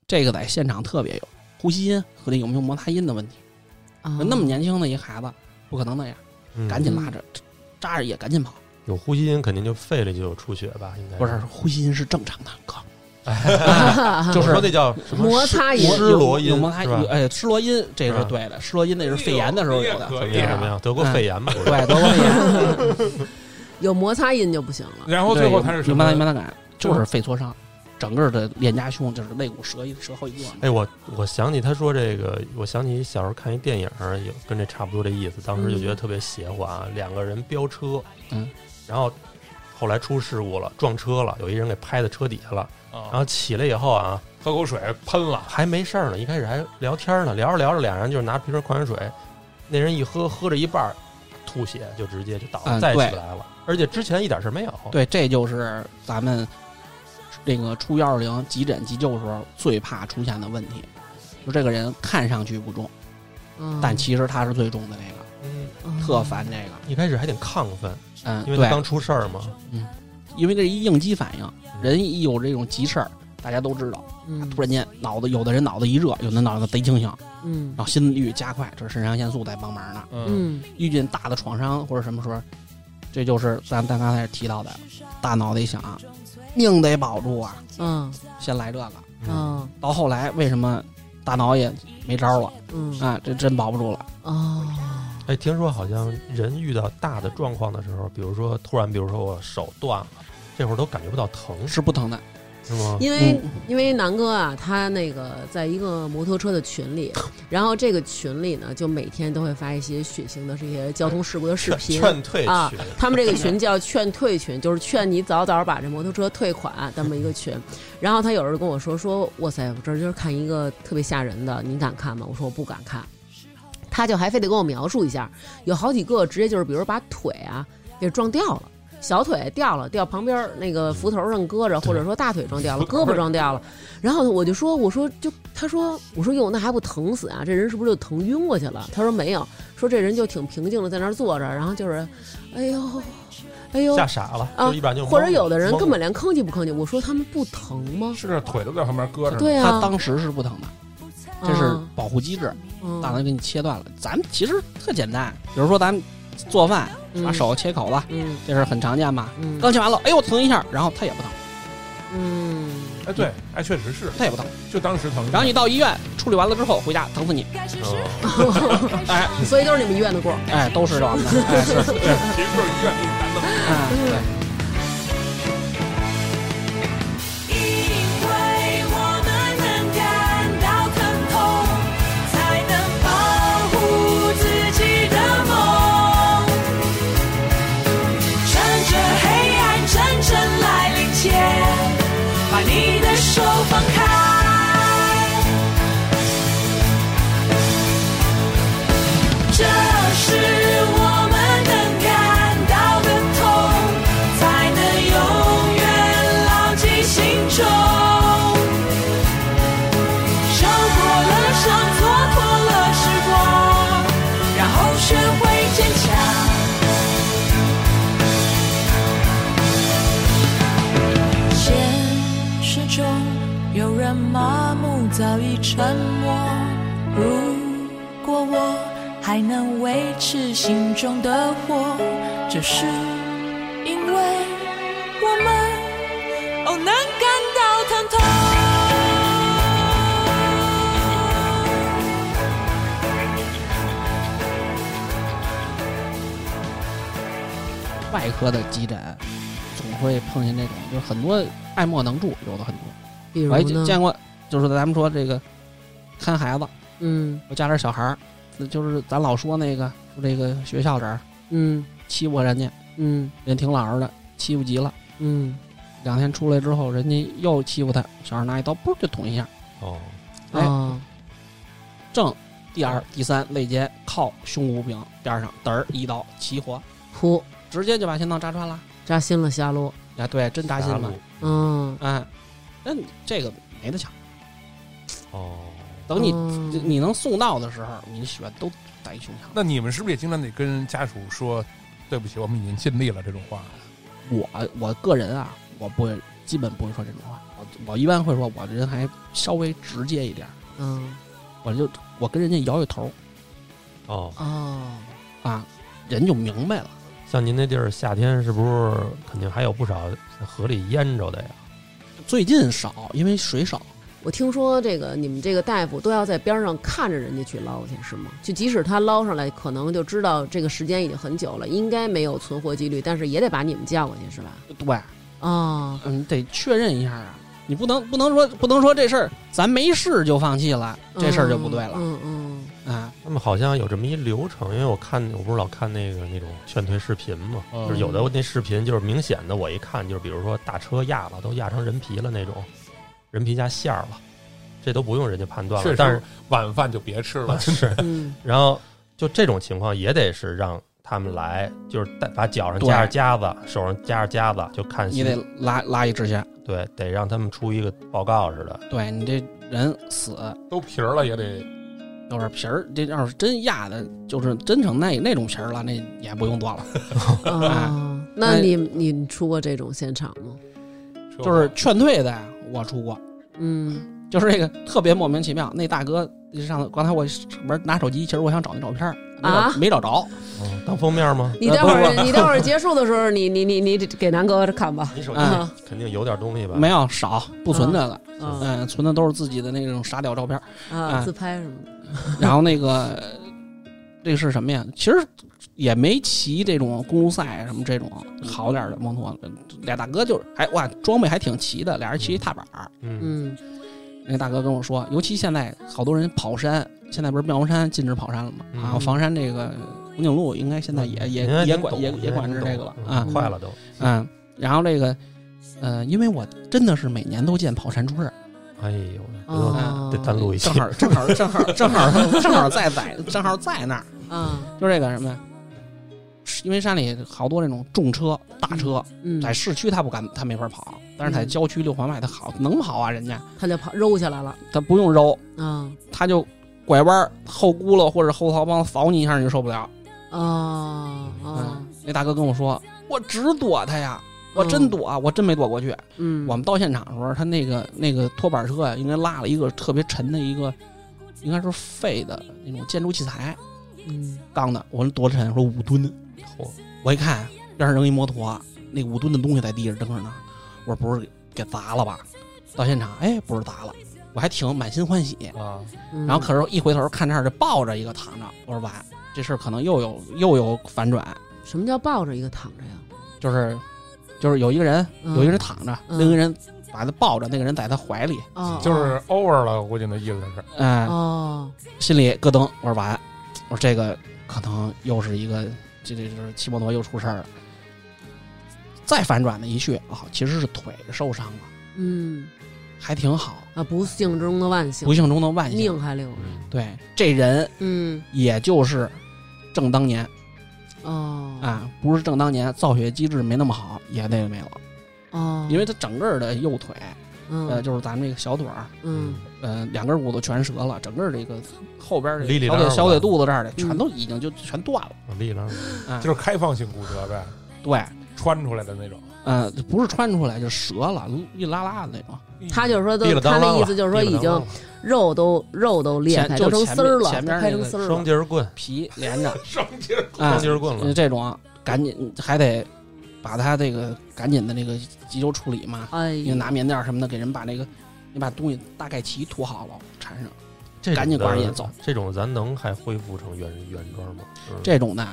E: 这个在现场特别有。呼吸音和那有没有摩擦音的问题，
C: 啊，
E: 那么年轻的一孩子不可能那样，
D: 嗯
E: 赶紧拉着扎着也赶紧跑。
D: 有呼吸音，肯定就肺里就有出血吧？应该
E: 不是，呼吸音是正常的，哥，就
D: 就
E: 是 是
D: 说那叫什么
C: 摩擦
D: 湿
C: 也
D: 湿罗音
E: 有摩擦
D: 是吧
E: 有哎，湿罗音这
D: 是
E: 是
D: 吧
E: 对的，湿罗
A: 哎
E: 音那是肺炎的时候有的，
A: 可
D: 怎么
A: 以
D: 样
A: 啊
D: 怎么样？德国肺炎吧？不是
E: 对，德国 肺炎。
C: 有摩擦音就不行了。
A: 然后最后他是
E: 有
A: 什
E: 摩
A: 么嗯
E: 擦？有摩擦感，就是肺挫伤。整个的脸颊胸就是肋骨折一折好几个呢。
D: 哎，我我想起他说这个，我想起小时候看一电影儿，有跟这差不多这意思，当时就觉得特别邪乎啊，两个人飙车，
E: 嗯，
D: 然后后来出事故了，撞车了，有一人给拍在车底下了，
E: 哦
D: 然
A: 啊，
D: 后起来以后啊，
A: 喝口水喷了，
D: 还没事儿呢，一开始还聊天呢，聊着聊着，俩人就是拿瓶矿泉水，那人一喝，喝着一半儿吐血，就直接就倒了，
E: 嗯
D: 再
E: 对
D: 起不来了，而且之前一点事儿没有，
E: 对，这就是咱们这个出幺二零急诊急救的时候最怕出现的问题，就这个人看上去不重，
C: 嗯
E: 但其实他是最重的那个，
D: 嗯，
C: 嗯
E: 特烦这个。
D: 一开始还挺亢奋，
E: 嗯，
D: 因为他
E: 对，
D: 刚嗯出事儿嘛，
E: 因为这一应激反应，人一有这种急事儿，大家都知道，
C: 嗯
E: 突然间脑子有的人脑子一热，有的脑子贼清醒，
C: 嗯
E: 然后心率加快，这是肾上腺素在帮忙呢。
A: 嗯
C: 嗯
E: 遇见大的创伤或者什么时候，这就是咱咱刚才提到的，大脑袋想啊，命得保住啊，
C: 嗯
E: 先来这个。
C: 嗯
E: 到后来为什么大脑也没招了
C: 嗯
E: 啊？这真保不住了。
C: 哦
D: 哎，听说好像人遇到大的状况的时候，比如说突然，比如说我手断了，这会儿都感觉不到疼，
E: 是不疼的，
D: 是吗？
C: 因为、
E: 嗯
C: 因为南哥啊，他那个在一个摩托车的群里，然后这个群里呢，就每天都会发一些血腥的这些交通事故的视
D: 劝
C: 频。
D: 劝退
C: 啊
D: 群，
C: 他们这个群叫“劝退群”，就是劝你早早把这摩托车退款这么一个群。 然后他有时候跟我说：“说哇塞，我这儿今儿看一个特别吓人的，你敢看吗？”我说：“我不敢看。”他就还非得跟我描述一下，有好几个直接就是，比如把腿啊给撞掉了，小腿掉了，掉旁边儿那个扶头上搁着，或者说大腿撞掉了，胳膊撞掉了。然后我就说，我说就他说，我说哟，那还不疼死啊？这人是不是就疼晕过去了？他说没有，说这人就挺平静的在那儿坐着，然后就是，哎呦，哎呦
D: 吓，傻了，
C: 啊
D: 就一般就
C: 或者有的人
D: 懵
C: 根本连吭叽不吭叽。我说他们不疼吗？
A: 是腿都在旁边搁着呢，
C: 对
E: 他
C: 啊，
E: 当时是不疼的，这是
C: 啊
E: 保护机制，
C: 嗯
E: 大脑给你切断了。咱们其实特简单，比如说咱们做饭，把
C: 嗯
E: 手切口子，
C: 嗯
E: 这事儿很常见吧？
C: 嗯
E: 刚切完了，哎呦疼一下，然后他也不疼，
C: 嗯
A: 哎对，哎确实是，
E: 他也不疼。
A: 就当时疼。
E: 然后你到医院处理完了之后回家疼死你，
C: 啊
D: 嗯
E: 哎
C: 所以都是你们医院的锅。
E: 哎都是这 样的，哎
A: 其
E: 是，
A: 实就是医院给你打的。
E: 哎对。
G: 因为我们能感到疼痛，才能保护自己的梦。趁着黑暗真正来临前，把你的手放开。这是我们能感到的痛，才能永远牢记心中。受过了伤，错过了时光，然后学会坚强。现实中有人麻木，早已沉默。如果我还能维持心中的火，就是因为我们哦能感到疼痛。
E: 外科的急诊总会碰见那种，就是很多爱莫能助，有的很多。
C: 比如
E: 我还
C: 呢？
E: 见过，哎就是咱们说这个看孩子，
C: 嗯
E: 我家点小孩儿，就是咱老说那个说这个学校人儿
C: 嗯
E: 欺负人家，
C: 嗯
E: 人挺老实的，欺负急了，
C: 嗯，
E: 两天出来之后，人家又欺负他，小孩拿一刀嘣就捅一下，
D: 哦，
E: 哎
C: 哦
E: 正第二、第三肋间靠胸骨柄边上，嘚儿一刀齐活，
C: 噗，
E: 直接就把心脏扎穿了。
C: 扎心了，瞎撸。
E: 啊，对，真扎心
D: 打
E: 了
D: 卤，
C: 嗯，
E: 哎，那你这个没得抢。
D: 哦，
E: 等你
C: 嗯
E: 就你能送到的时候，你的血都在胸腔。
A: 那你们是不是也经常得跟家属说对不起，我们已经尽力了这种话？
E: 我我个人啊，我不会，基本不会说这种话。我我一般会说，我这人还稍微直接一点儿，
C: 嗯
E: 我就我跟人家摇摇头
D: 哦，
C: 哦，
E: 啊，人就明白了。
D: 像您那地儿夏天是不是肯定还有不少在河里淹着的呀？
E: 最近少，因为水少，
C: 我听说这个你们这个大夫都要在边上看着人家去捞去，是吗？就即使他捞上来，可能就知道这个时间已经很久了，应该没有存活几率，但是也得把你们叫过去，是吧？
E: 对，
C: 哦，
E: 嗯，得确认一下啊。你不能不能说不能说这事儿咱没试就放弃了，这事儿就不对了
C: 嗯嗯
E: 啊。
D: 他们好像有这么一流程，因为我看我不是老看那个那种劝退视频嘛，
A: 嗯
D: 就是有的那视频就是明显的，我一看就是比如说大车压了，都压成人皮了那种，人皮加馅儿了，这都不用人家判断
A: 确
D: 了
A: 实。
D: 但是啊
A: 晚饭就别吃 了，
D: 是，
C: 嗯
D: 然后就这种情况也得是让他们来，就是带把脚上夹着夹子，手上夹着夹子，就看
E: 你
D: 心
E: 得拉拉一支线，
D: 对，得让他们出一个报告似的。
E: 对你这人死
A: 都皮儿了也得
E: 有点皮儿，这要是真压的，就是真成那那种皮儿了，那也不用断了。
C: 嗯
E: 哎
C: 啊，那你你出过这种现场吗？
A: 车
E: 就是劝退的，我出过，
C: 嗯
E: 就是这个特别莫名其妙。那大哥上次刚才我玩拿手机，其实我想找那照片儿，没找
C: 啊
E: 没找着。
D: 嗯，当封面吗？
C: 你待会儿你待会儿结束的时候，你你你你给南哥看吧。
D: 你手机
E: 嗯
C: 啊
D: 肯定有点东西吧？
E: 没有少，不存这个，
C: 啊
E: 嗯，存的 都是哎自己的那种傻屌照片儿。
C: 啊，自拍什么的。
E: 然后那个呃这是什么呀？其实也没骑这种公路赛什么这种好点儿的摩托，俩大哥就是还哇装备还挺齐的，俩人骑一踏板儿。
D: 嗯，
C: 嗯
E: 那大哥跟我说，尤其现在好多人跑山，现在不是妙峰山禁止跑山了吗？
D: 嗯
E: 啊，房山这个红景路应该现在也也
D: 您还
E: 也
D: 真
E: 管
D: 懂
E: 也
D: 您
E: 也
D: 还
E: 管制
D: 真
E: 这个
D: 懂
E: 了
D: 嗯
E: 啊
D: 快了都。
E: 嗯，然后这个呃，因为我真的是每年都见跑山出事儿。
D: 哎呦，
C: 哦
D: 得单录一期
E: 正。好正好正好正好正好在在正好在那儿，
C: 啊
E: 就这个什么呀，因为山里好多那种重车、大车，
C: 嗯，
E: 在市区他不敢，他没法跑，但是在
C: 嗯
E: 郊区六环外他好能跑啊，人家
C: 他就跑揉下来了
E: 他不用揉，
C: 啊
E: 他就拐弯儿后轱辘或者后槽帮扫你一下你就受不了。嗯
C: 啊啊！
E: 那大哥跟我说，我只躲他呀。我真躲，啊我真没躲过去。
C: 嗯，
E: 我们到现场的时候，他那个那个拖板车呀，应该拉了一个特别沉的一个，应该是废的那种建筑器材，
C: 嗯
E: 杠的，我说多沉，说五吨。
D: 嚯
E: 我一看边上扔一摩托，那五吨的东西在地上扔着呢，我说不是给砸了吧？到现场，哎，不是砸了，我还挺满心欢喜。
A: 啊，
C: 嗯
E: 然后可是一回头看这儿，这抱着一个躺着，我说完，这事儿可能又有又有反转，
C: 什么叫抱着一个躺着呀？
E: 就是就是有一个人
C: 嗯
E: 有一个人躺着，
C: 嗯
E: 另一个人把他抱着，那个人在他怀里，
C: 哦，
A: 就是 over 了，我估计那意思是
E: 嗯、
C: 哦，
E: 心里咯噔，我说完，我说这个可能又是一个，这这就是骑摩托又出事儿了。再反转的一去啊、其实是腿受伤了，
C: 嗯
E: 还挺好，
C: 啊，不幸中的万幸
E: 不，幸中的万幸。
C: 命还留着。
E: 对，这人
C: 嗯
E: 也就是正当年
C: 哦
E: 啊，不是正当年，造血机制没那么好，也得没了，
C: 哦，
E: 因为他整个的右腿，呃，
C: 嗯
E: 就是咱们这个小腿儿，
C: 嗯
E: 呃，两根骨头全折了，整个这个后边儿这
D: 里里
E: 小
D: 拉
E: 腿
D: 拉
E: 小腿肚子这儿的
C: 嗯
E: 全都已经就全断了。
D: 我力量
E: 啊，
A: 就是开放性骨折呗，
E: 对，
A: 穿出来的那种。
E: 呃，不是穿出来就折了，一拉拉的那种，
C: 他就是说都
D: 地了，
C: 他
D: 当啷
C: 那
D: 了
C: 意思就是说
D: 地了
C: 已
D: 当
C: 经
D: 啷了
C: 肉都肉都裂
E: 前
C: 开，
E: 就
C: 都
E: 前
C: 成丝儿
E: 面
C: 了，
E: 前面
C: 都拍
E: 那
C: 成
E: 个
C: 丝儿
D: 双
C: 了。
D: 节棍，
E: 皮连着
A: 双节儿
E: 啊
D: 双，节棍了。
E: 这种赶紧还得把他这个赶紧的那个急救处理嘛，
C: 哎
E: 你
C: 呀，
E: 拿棉垫儿什么的给人把那个，你把东西大概齐涂好了缠上，
D: 这种
E: 赶紧
D: 的
E: 挂人也走。
D: 这种咱能还恢复成原原装吗？嗯
E: 这种的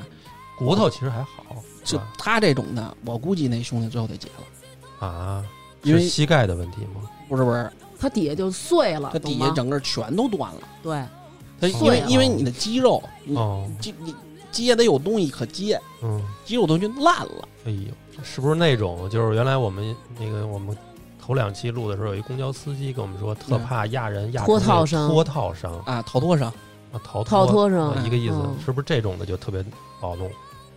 D: 骨头其实还好，是
E: 就
D: 吧
E: 他这种的，我估计那兄弟最后得解了，
D: 啊，
E: 因
D: 是
E: 为
D: 膝盖的问题吗？
E: 不是不是，
C: 它底下就碎了，
E: 他底
C: 啊懂
E: 下
C: 吗
E: 整个全都断了，
C: 对，
E: 他
C: 碎
E: 因为
C: 了
E: 因为你的肌肉，你
D: 哦，
E: 肌你接得有东西可接，
D: 嗯，
E: 肌肉东西就烂了，
D: 哎呦，是不是那种就是原来我们那个我们头两期录的时候，有一公交司机跟我们说，特怕压人压
C: 脱套
D: 成
C: 伤
D: 那脱套伤
E: 啊，逃脱伤。
D: 啊，逃
C: 套脱伤
D: 啊一个意思
C: 嗯，
D: 是不是这种的就特别不好弄？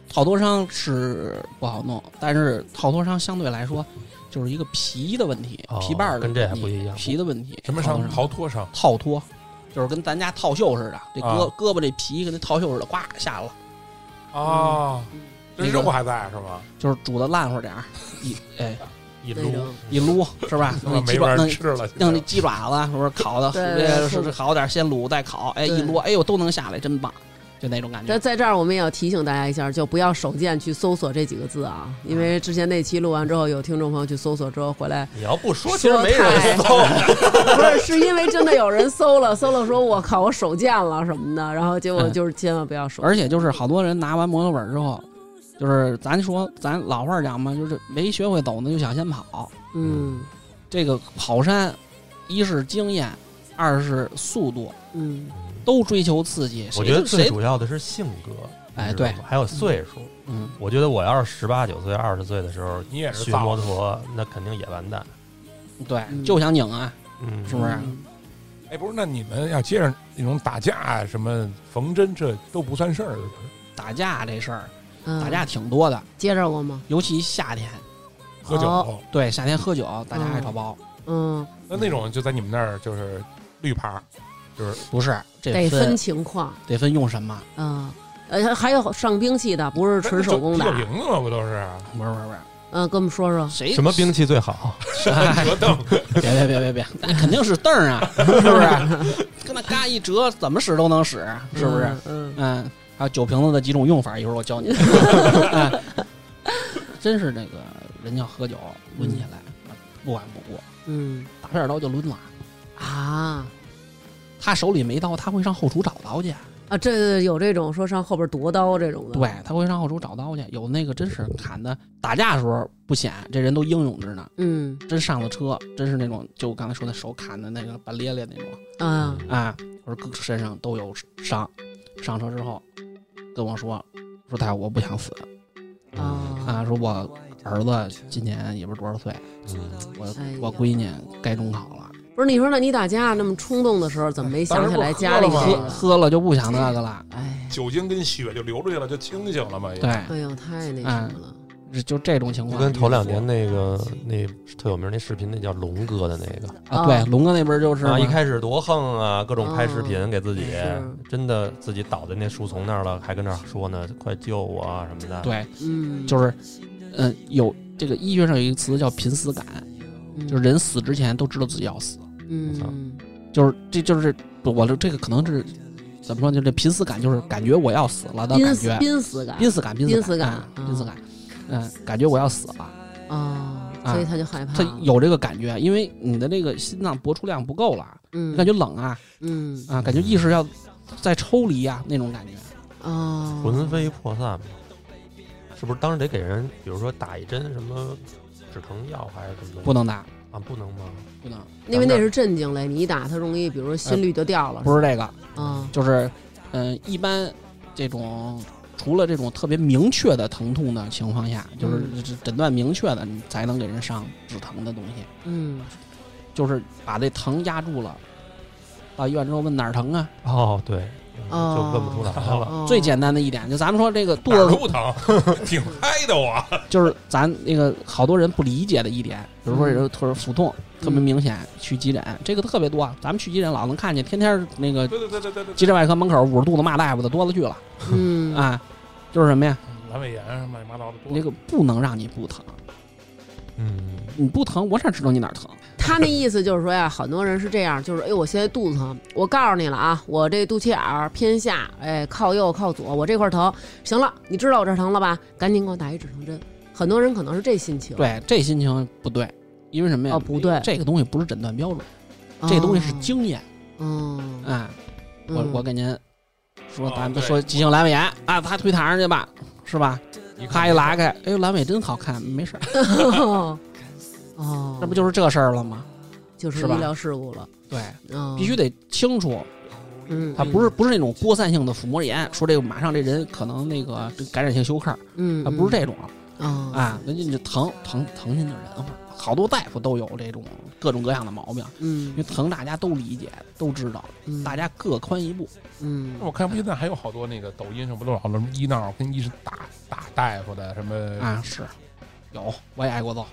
E: 套脱伤是不好弄，但是套脱伤相对来说就是一个皮的问题，
D: 哦
E: 皮瓣儿的
D: 跟
E: 问
D: 这还
E: 题
D: 不一样
E: 皮的问题。
A: 什么伤？
E: 套
A: 逃脱伤。
E: 套脱，就是跟咱家套袖似的，这胳、
A: 啊
E: 胳膊这皮跟那套袖似的，呱下了，
A: 哦，这
E: 那个
A: 肉还在是吗？
E: 就是煮的烂乎点儿，一哎
D: 一
C: 那
D: 撸
C: 种
E: 一撸是吧？ 弄那
A: 没
E: 鸡
A: 法
E: 爪弄
A: 吃了，
E: 弄那鸡爪子，是不是烤的？
C: 对对
E: 是
C: 是
E: 是好点儿，先卤再烤，哎
C: 对
E: 一撸，哎呦都能下来，真棒，就那种感
C: 那
E: 觉。
C: 在这儿我们也要提醒大家一下，就不要手贱去搜索这几个字啊，因
E: 哎
C: 为之前那期录完之后，有听众朋友去搜索之后回来，
D: 你要不
C: 说
D: 说，其实没人搜。
C: 不是是因为真的有人搜了，搜了说我靠我手贱了什么的，然后结果就是千万不要手
E: 嗯而且就是好多人拿完摩托本儿之后，就是咱说咱老话儿讲嘛，就是没学会走呢，就想先跑。
C: 嗯，
E: 这个跑山，一是经验，二是速度，
C: 嗯，
E: 都追求刺激。
D: 我
E: 谁
D: 觉得最
E: 谁
D: 主要的是性格，
E: 哎
D: 你知道吗还有岁数。
E: 嗯，
D: 我觉得我要是十八九岁、二十岁的时候
A: 你也是
D: 学
A: 造
D: 摩托，那肯定也完蛋。
E: 对，
C: 嗯
E: 就想拧啊，
D: 嗯，
E: 是不是？
A: 哎，不是，那你们要接着那种打架、啊什么缝针，这都不算事儿，是不是
E: 打架这事儿，
C: 嗯
E: 打架挺多的，
C: 接着过吗？
E: 尤其夏天，
A: 喝酒、
C: 哦
E: 对，夏天喝酒，大家爱找包，
C: 嗯，
A: 那那种就在你们那儿就是绿牌儿，就是
E: 不是这
C: 得分
E: 分
C: 情况，
E: 得分用什么？
C: 嗯，呃，还有上兵器的，不是纯手工
A: 啤
C: 打
A: 酒，瓶子嘛，不都是啊
E: 不是不是不是，
C: 嗯，跟我们说说，
E: 谁
D: 什么兵器最好？
E: 哎
A: 折凳？
E: 别别别别别，那肯定是凳儿 啊，是不 是？跟那嘎一折，怎么使都能使，是不是？？
C: 嗯，
E: 嗯，还有酒瓶子的几种用法，一会儿我教 你。哎真是那个人要喝酒，抡起来，不管不顾，
C: 嗯
E: 打片儿刀就抡了。
C: 啊
E: 他手里没刀，他会上后厨找刀去。
C: 啊，这有这种说上后边夺刀这种的，
E: 对，他会上后厨找刀去。有那个真是砍的，打架的时候不显，这人都英勇着呢。
C: 嗯
E: 真上了车，真是那种就我刚才说的手砍的那个半咧咧那种。
C: 啊，
E: 啊，我说各身上都有伤。上车之后跟我说，说大夫我不想死啊，说我儿子今年也不是多少岁，我
C: 哎呀
E: 我闺女该中考了，
C: 不是你说，那你打架那么冲动的时候，怎么没想起来家里
A: 当时不是喝
C: 这
E: 喝
C: 个？
E: 喝了就不想那个了。
C: 哎，
A: 酒精跟血就流出去了，就清醒了嘛。也，
E: 对，
C: 哎呦，太那什么了，
E: 这就嗯这种情
D: 就
E: 况
D: 跟头两年那个那特有名那视频，那叫龙哥的那个
E: 啊，对，龙哥那边就是
D: 啊，
E: 嘛
D: 一开始多横啊，各种拍视频给自己
C: 嗯，
D: 真的自己倒在那树丛那儿了，还跟那儿说呢，快救我啊什么的。，
E: 对，
C: 嗯，
E: 就是嗯、有这个医学上有一个词叫濒死感，
C: 嗯
E: 就是，人死之前都知道自己要死，
C: 嗯
E: 就是这就是我的这个可能是怎么说，就这濒死感，就是感觉我要死了的
C: 濒
E: 感
C: 死
E: 觉，啊
C: 濒死感，
E: 濒死感，濒
C: 濒
E: 死
C: 死
E: 感
C: 感，
E: 嗯
C: 嗯
E: 濒死感，嗯，感觉我要死了，
C: 啊，
E: 啊
C: 所以他就害怕了，
E: 他有这个感觉，因为你的这个心脏搏出量不够了，
C: 嗯
E: 感觉冷啊
C: 嗯
E: 啊，感觉意识要再抽离啊那种感觉，
C: 啊，
D: 魂飞魄散嘛，是不是？当时得给人，比如说打一针什么止疼药还是什么？
E: 不能打，
D: 啊，不能吗？
E: 不能，
C: 因为那是镇静类，你一打他容易，比如说心率就掉了，
E: 呃不是这个，
C: 啊，
E: 就是嗯，一般这种。除了这种特别明确的疼痛的情况下，就是
C: 嗯
E: 诊断明确的，你才能给人上止疼的东西。
C: 嗯
E: 就是把这疼压住了，到医院之后问哪儿疼啊？
D: 哦，对，嗯
C: 哦
D: 就问不出来了。
C: 哦
E: 最简单的一点，就咱们说这个
A: 哪儿
E: 肚子，
A: 都疼，挺嗨的我。
E: 就是咱那个好多人不理解的一点，比如说
C: 嗯
E: 有或者腹痛特别明显，去急诊这个特别多，咱们去急诊老能看见，天天那个
A: 对对对对对对
E: 急
A: 对，
E: 诊外科门口捂着肚子骂大夫的多了去了
C: 嗯
E: 啊，就是什么呀？
A: 阑尾炎乱七八糟的多。
E: 那个不能让你不疼，
D: 嗯，
E: 你不疼我哪知道你哪儿疼？
C: 他那意思就是说呀，很多人是这样，就是哎，我现在肚子疼，我告诉你了啊，我这肚脐眼儿偏下，哎，靠右靠左，我这块儿疼，行了，你知道我这儿疼了吧？赶紧给我打一止疼针。很多人可能是这心情，
E: 对，这心情不对，因为什么呀？
C: 哦不对
E: 这个东西不是诊断标准，
C: 哦，
E: 这东西是经验
C: 嗯，
E: 啊。
C: 嗯，
E: 我我给您说，
A: 哦
E: 咱们
A: 对
E: 说急性阑尾炎啊，他推堂上去吧，是吧？咔一拉开，哎呦，阑尾真好看，没事儿，
C: 哦，哦
E: 这不就是这事儿了吗？
C: 就是
E: 是吧
C: 医疗事故了，
E: 对，
C: 嗯，
E: 必须得清楚，
C: 嗯，嗯，
E: 他不是不是那种播散性的腹膜炎，说这个马上这人可能那个感染性休克，
C: 嗯，
E: 啊，
C: 嗯，
E: 不是这种
C: 嗯
E: 啊，那你就疼疼疼心的人嘛，好多大夫都有这种各种各样的毛病，哎因为
C: 嗯，
E: 疼大家都理解都知道，
C: 嗯
E: 大家各宽一步，
C: 嗯
A: 我看现在还有好多那个抖音上不都老什么医闹跟医生打打大夫的什么？
E: 啊，是有，我也挨过揍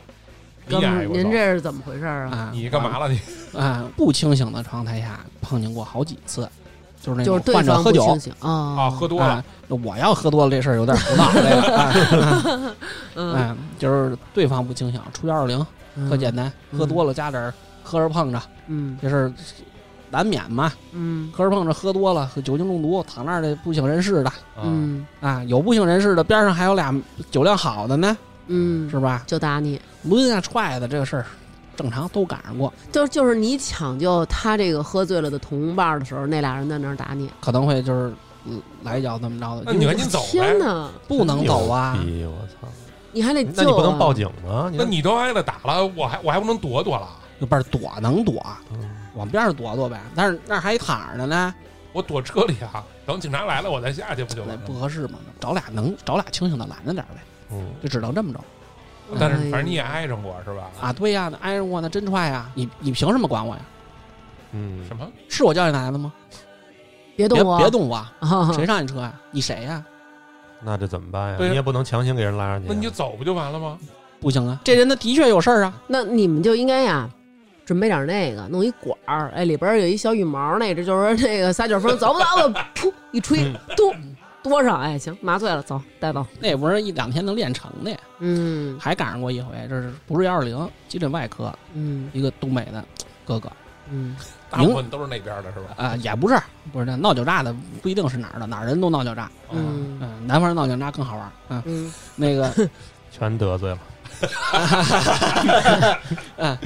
A: 你也挨
C: 哥们儿
A: 过
C: 您
A: 揍
C: 这是怎么回事儿啊？
E: 啊，
A: 你干嘛了你？
E: 啊，不清醒的状态下碰见过好几次，哎就是那
C: 就
E: 种
C: 是对
E: 患者
C: 方
E: 喝
C: 不
E: 酒
C: 清醒啊
A: 啊，喝多了
E: 啊，那我要喝多了这事儿有点胡闹，这个 啊啊
C: 嗯，
E: 啊，就是对方不清醒，出幺二零特简单，
C: 嗯
E: 喝多了加点儿磕着碰着
C: 嗯
E: 这事儿难免嘛，
C: 嗯
E: 磕着碰着喝多了酒精中毒躺那儿的不省人事的
D: 嗯，
C: 嗯
E: 啊，有不省人事的边上还有俩酒量好的呢，
C: 嗯，
E: 是吧？
C: 就打你。
E: 抡啊踹的这个事儿。正常都赶上过，
C: 就就是你抢救他这个喝醉了的同伴儿的时候，那俩人在那儿打你。
E: 可能会就是嗯来一脚怎么着
A: 那
E: 的，
A: 你
E: 因为
A: 赶紧走
C: 天
A: 呗。
C: 哪，
E: 不能走啊
D: 牛！逼我操！
C: 你还得救、啊。
D: 那你不能报警吗？
A: 那你都挨了打了，我还我还不能躲躲了？
E: 就边儿躲能躲，
D: 嗯
E: 往边上躲躲呗。但是那儿还躺着呢呢，
A: 我躲车里啊，等警察来了我再下去不就完
E: 那
A: 了
E: 不
A: 吗？
E: 合适嘛。找俩能找俩清醒的拦着点儿呗，
D: 嗯，
E: 就只能这么着
A: 但
C: 哎
A: 是反正你也挨着过是吧？
E: 啊。对呀，那挨着我那真踹呀，你你凭什么管我呀？
D: 嗯
A: 什么？
E: 是我叫你来的吗？
C: 别动
E: 别
C: 我，
E: 别 动我，嗯
C: 啊！
E: 谁上你车呀？你谁呀？
D: 那这怎么办呀？
A: 对呀
D: 你也不能强行给人拉上去啊。
A: 那你就走不就完了吗？
E: 不行啊，这人他的确有事儿啊。
C: 那你们就应该呀，准备点那个，弄一管儿，哎，里边儿有一小羽毛，那只就是那个撒卷风，走不走吧？噗一吹，
A: 嗯
C: 嘟多少？哎，行，麻醉了，走，带走。
E: 那也不是一两天能练成的呀。
C: 嗯
E: 还赶上过一回，这是不是幺二零急诊外科
C: 嗯
E: 一个东北的哥哥
C: 嗯，
A: 大部分都是那边的是吧？
E: 啊、也不是不是那闹酒炸的不一定是哪儿的，哪儿人都闹酒炸。
A: 嗯，
E: 嗯、
C: 嗯
E: 南方人闹酒炸更好玩。嗯、
C: 嗯
E: 那 个
D: 全得罪了，
E: 嗯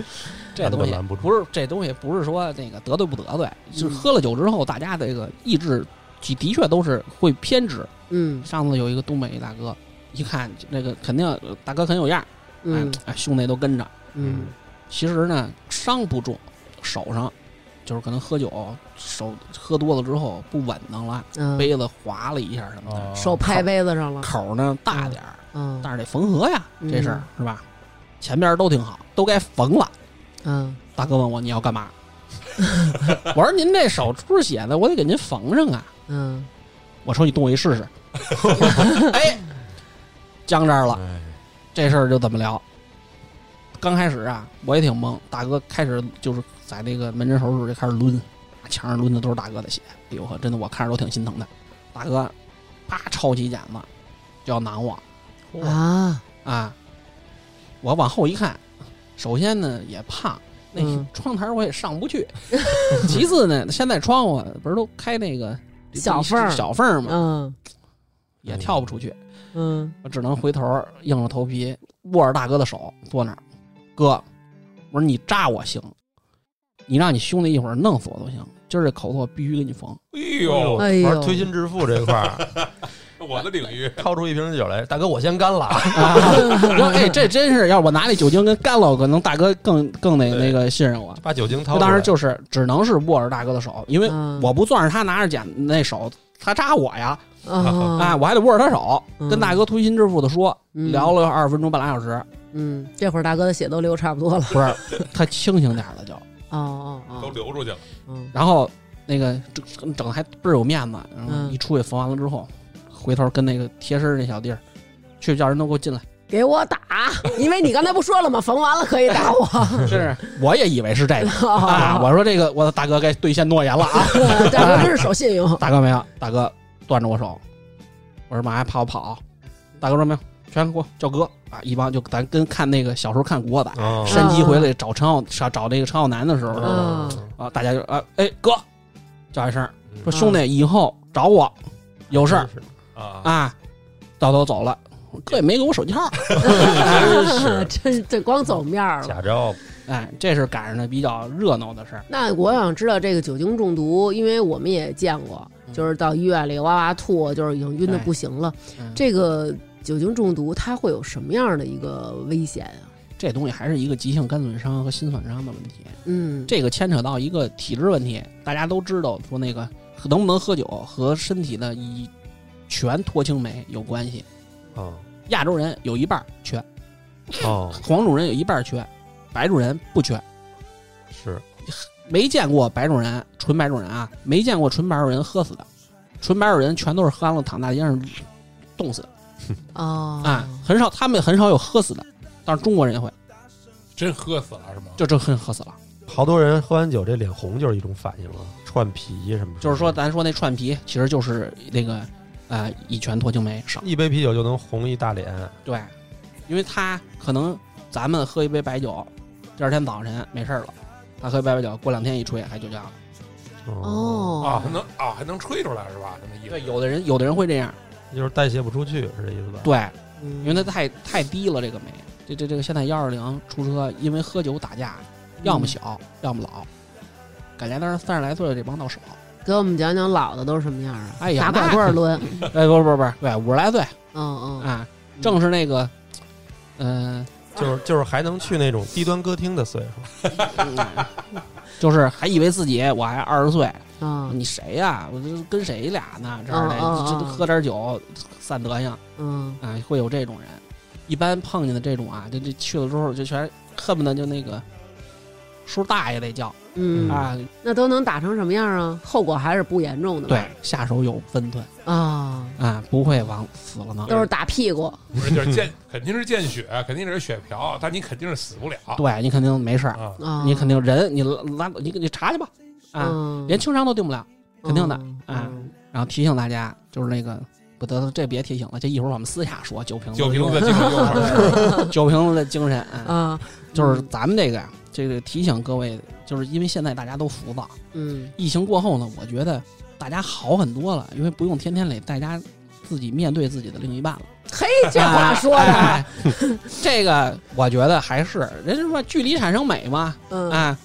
E: 这东西
D: 拦不住
E: 不是这东西不是说那个得罪不得罪，就是
C: 嗯
E: 喝了酒之后，大家这个意志的的确都是会偏执。
C: 嗯
E: 上次有一个东北一大哥，一看那个肯定呃大哥很有样儿，
C: 嗯
E: 哎哎，兄弟都跟着。
C: 嗯
E: 其实呢，伤不重，手上就是可能喝酒，手喝多了之后不稳当了，
C: 嗯，
E: 杯子划了一下什么的，
A: 啊
C: 手拍杯子上了，
E: 口呢大点儿，
C: 嗯
E: 但是得缝合呀，
C: 嗯
E: 这事儿是吧？前边都挺好，都该缝了。
C: 嗯
E: 大哥问我你要干嘛？ 我说您这手出血呢，我得给您缝上啊。
C: 嗯
E: 我说你动我一试试，哎，僵这儿了，
D: 哎
E: 这事儿就怎么聊？刚开始啊，我也挺懵，大哥开始就是在那个门诊手术室就开始抡，墙上抡的都是大哥的血，哎呦呵，真的我看着都挺心疼的。大哥，啪抄起剪子就要囊我
C: 啊，
E: 啊！我往后一看，首先呢也胖，那
C: 嗯
E: 窗台我也上不去，其次呢，现在窗户不是都开那个
C: 小缝儿
E: 小缝儿嘛，
C: 嗯
E: 也跳不出去，
C: 嗯
E: 我只能回头硬着头皮握着大哥的手坐那儿，哥，我说你扎我行，你让你兄弟一会儿弄死我都行，今儿这口子我必须给你 缝。
A: 哎呦，
C: 哎呦
D: 玩推心置腹这块儿，
A: 我的领域，
D: 掏出一瓶酒来，大哥我先干了 啊，
E: 啊、我说哎，这真是，要是我拿那酒精跟干了，我可能大哥更更得那个信任我。
D: 把酒精掏
E: 我
D: 出来。
E: 当时就是只能是握着大哥的手，因为
C: 嗯
E: 我不攥着他拿着剪子那手，他扎我呀，
A: 嗯
E: 啊，
C: 啊，
E: 我还得握着他手，
C: 嗯
E: 跟大哥推心置腹的说，
C: 嗯
E: 聊了二十分钟半俩小 时，
C: 嗯，这会儿大哥的血都流差不多了。
E: 不是他清醒点儿了就。
C: 哦
A: 都
C: 哦
A: 流出去了。
C: 哦，嗯
E: 然后那个整整的还倍儿有面子，然后
C: 嗯
E: 一出去缝完了之后，回头跟那个贴身儿那小弟儿去叫人都给我进来，
C: 给我打，因为你刚才不说了吗？缝完了可以打我。
E: 是我也以为是 这个啊，我说这个我的大哥该兑现诺言了 啊，
C: 大哥真是守信用。
E: 大哥没有，大哥攥着我手，我说妈呀，怕我跑，大哥说没有，全给我叫哥啊，一帮就咱跟看那个小时候看古惑仔。
D: 哦
E: 山鸡回来找陈浩找找那个陈浩南的时候
C: 嗯
E: 啊，大家就啊哎哥，叫一声
D: 嗯
E: 说兄弟以后找我，有事儿
D: 真是
A: 啊，
E: 啊，到头走了，哥也没给我手机号。
C: 啊真这光走面儿了。
D: 假招
E: 哎，这是赶上的比较热闹的事儿。
C: 那我想知道这个酒精中毒，因为我们也见过，就是到医院里哇哇吐，就是已经晕的不行了。
E: 嗯
C: 这个酒精中毒它会有什么样的一个危险啊？
E: 这东西还是一个急性肝损伤和心损伤的问题，
C: 嗯，
E: 这个牵扯到一个体质问题。大家都知道说那个能不能喝酒和身体的乙醛脱氢酶有关系。
D: 啊
E: 亚洲人有一半儿缺，
D: 哦
E: 黄种人有一半儿缺，白种人不缺。
D: 是
E: 没见过白种人，纯白种人啊，没见过纯白种人喝死的，纯白种人全都是喝完了躺大街上冻死的
C: 哦
E: 啊，很少，他们很少有喝死的，但是中国人也会，
A: 真喝死了是吗？
E: 就这恨喝死了。
D: 好多人喝完酒这脸红就是一种反应了，啊串皮什么的，
E: 就是说，咱说那串皮其实就是那个呃乙醛脱氢酶少，
D: 一杯啤酒就能红一大脸，
E: 对，因为他可能咱们喝一杯白酒，第二天早晨没事儿了，他喝一杯白酒，过两天一吹还酒驾
A: 啊，还
E: 了。
C: 哦，
A: 能啊，还能吹出来是吧？就那意思。
E: 对，有的人有的人会这样，
D: 就是代谢不出去，是这意思吧？
E: 对，
C: 因
E: 因为它太太低了，这个酶。这这这个现在幺二零出车，因为喝酒打架，要么小，要么老。感觉当时三十来岁的这帮倒少，
C: 给我们讲讲老的都是什么样啊？
E: 哎呀
C: 打拐
E: 那
C: 棍儿抡，
E: 哎，不是不是不是，对，五十来岁
C: 嗯嗯
E: 啊，正是那个，嗯、
D: 就是就是还能去那种低端歌厅的岁数，
C: 嗯
E: 啊就是还以为自己我还二十岁，
C: 啊，
E: 你谁呀、我这跟谁俩呢？这样的，
C: 嗯嗯嗯
E: 这这喝点酒散德行
C: 嗯
E: 啊，会有这种人。一般碰见的这种啊，这这去了之后就全恨不得就那个叔大爷得叫
C: 嗯，
E: 啊，
C: 那都能打成什么样啊？后果还是不严重的吧？
E: 对，下手有分寸
C: 啊，
E: 啊，不会往死了弄。
C: 都是打屁股，
A: 不是就是见 肯定是见血，肯定是血瓢，但你肯定是死不了
E: 对你肯定没事儿，
A: 啊。
C: 啊，
E: 你肯定人你拉你你查去吧啊，
C: 嗯，
E: 连轻伤都定不了。肯定的
C: 嗯
E: 啊然后提醒大家，就是那个不得这别提醒了，这一会儿我们私下说酒瓶
A: 酒瓶子，
E: 的
A: 酒瓶子，
E: 酒瓶子的精神啊，
C: 啊，
E: 就是咱们这个呀这个提醒各位，就是因为现在大家都浮躁，
C: 嗯
E: 疫情过后呢，我觉得大家好很多了，因为不用天天得大家自己面对自己的另一半了。
C: 嘿，这话说
E: 哎
C: 的，
E: 哎哎这个我觉得还是人家说距离产生美嘛，
C: 嗯，
E: 啊，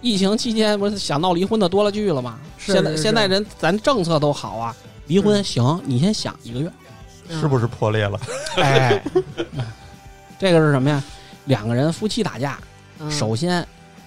E: 疫情期间不是想闹离婚的多了去了吗？
C: 是
E: 现在
C: 是是嗯
E: 现在人咱政策都好啊，离婚行，你先想一个 月。
D: 是不是破裂了？
E: 哎，这个是什么呀？两个人夫妻打架，
C: 嗯
E: 首先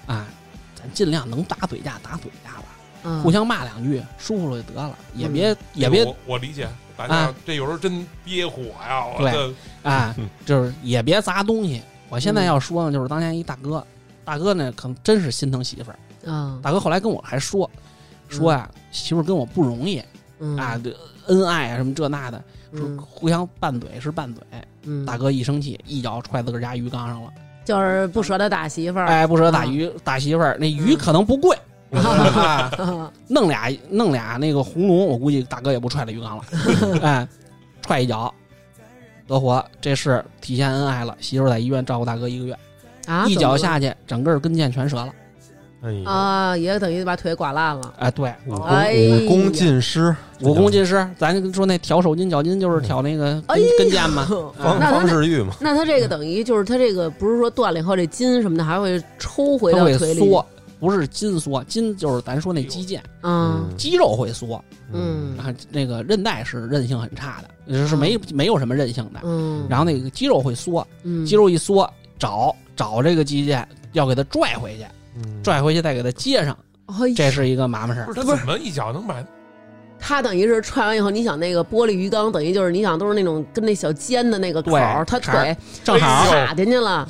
E: 啊，咱尽量能打嘴架打嘴架吧，
C: 嗯
E: 互相骂两句，舒服了就得了，也别也
A: 我
E: 别
A: 我理解，大家
E: 啊
A: 这有时候真憋火呀，我
E: 对
A: 这
E: 啊
D: 嗯，
E: 就是也别砸东西。我现在
C: 嗯
E: 要说呢，就是当年一大哥，大哥呢可能真是心疼媳妇儿，
C: 嗯
E: 大哥后来跟我还说，说呀、媳妇儿跟我不容易
C: 嗯
E: 啊，这恩爱啊什么这那的，说
C: 嗯
E: 互相拌嘴是拌嘴。
C: 嗯
E: 大哥一生气，一脚踹自个儿家鱼缸上了，
C: 就是不舍得打媳妇儿，
E: 哎，不舍得打鱼打媳妇儿，那
C: 嗯
E: 鱼可能不贵。啊
C: 啊
E: 弄俩弄俩那个红龙，我估计大哥也不踹了鱼缸 了，哎，踹一脚，得活，这是体现恩爱了。媳妇儿在医院照顾大哥一个月，
C: 啊，
E: 一
C: 怎么
E: 脚
C: 了
E: 下去，整个跟腱全折了。
D: 哎呀，
C: 啊，也等于把腿刮烂了，
E: 哎，对，
D: 武功
C: 哎
D: 武
C: 呀
D: 功尽失，
E: 武功尽失，咱说那挑手筋脚筋就是挑那个
C: 哎
E: 跟跟
C: 呦
E: 腱 嘛，哎
D: 方
C: 那他
D: 方世玉嘛，
C: 那他这个等于就是他这个不是说断了以后这筋什么的还会抽回
E: 它
C: 到
E: 会
C: 腿里，
E: 缩，不是筋缩，筋就是咱说那肌腱，
C: 嗯
E: 肌肉会缩，
C: 嗯
E: 啊，那个韧带是韧性很差的，就是没没有什么韧性的。
C: 嗯，
E: 然后那个肌肉会缩，
C: 嗯
E: 肌肉一缩，找找这个肌腱，要给它拽回去，
D: 嗯
E: 拽回去再给它接上，
C: 哎
E: 这是一个麻烦事儿
A: 不。是他怎么一脚能把
C: 他等于是踹完以后，你想那个玻璃鱼缸，等于就是你想都是那种跟那小尖的那个口儿，
E: 对
C: 他
E: 茬
C: 腿
E: 儿正好
A: 哎呦
C: 卡进去 了。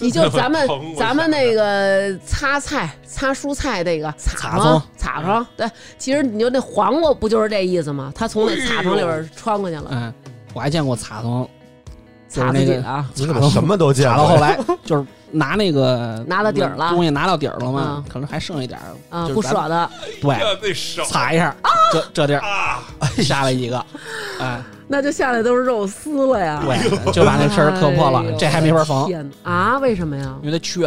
C: 你就咱们
A: 疼我
C: 咱们那个擦菜、擦蔬菜那个
E: 擦
C: 擦
E: 葱
C: 上、擦上，对，其实你就那黄瓜不就是这意思吗？他从那擦窗里边穿过去了，
E: 嗯，我还见过卡从
C: 擦自己的啊，
D: 你怎么什么都见
E: 卡
D: 过
E: 到
D: 呀？
E: 后来， 就是拿那个
C: 拿到底儿了
E: 东西拿到底儿了嘛
C: 嗯，
E: 可能还剩一点儿
C: 啊，
E: 就是
C: 不
E: 咱
C: 舍得。
E: 对，
A: 那手
E: 擦一下，这这地儿
A: 啊？
E: 下来一个，哎，
C: 那就下来都是肉丝了呀。
E: 对，就把那身儿磕破
C: 哎
E: 了，
C: 呦
E: 这还没法缝，
C: 天哪啊？为什么呀？
E: 因为它缺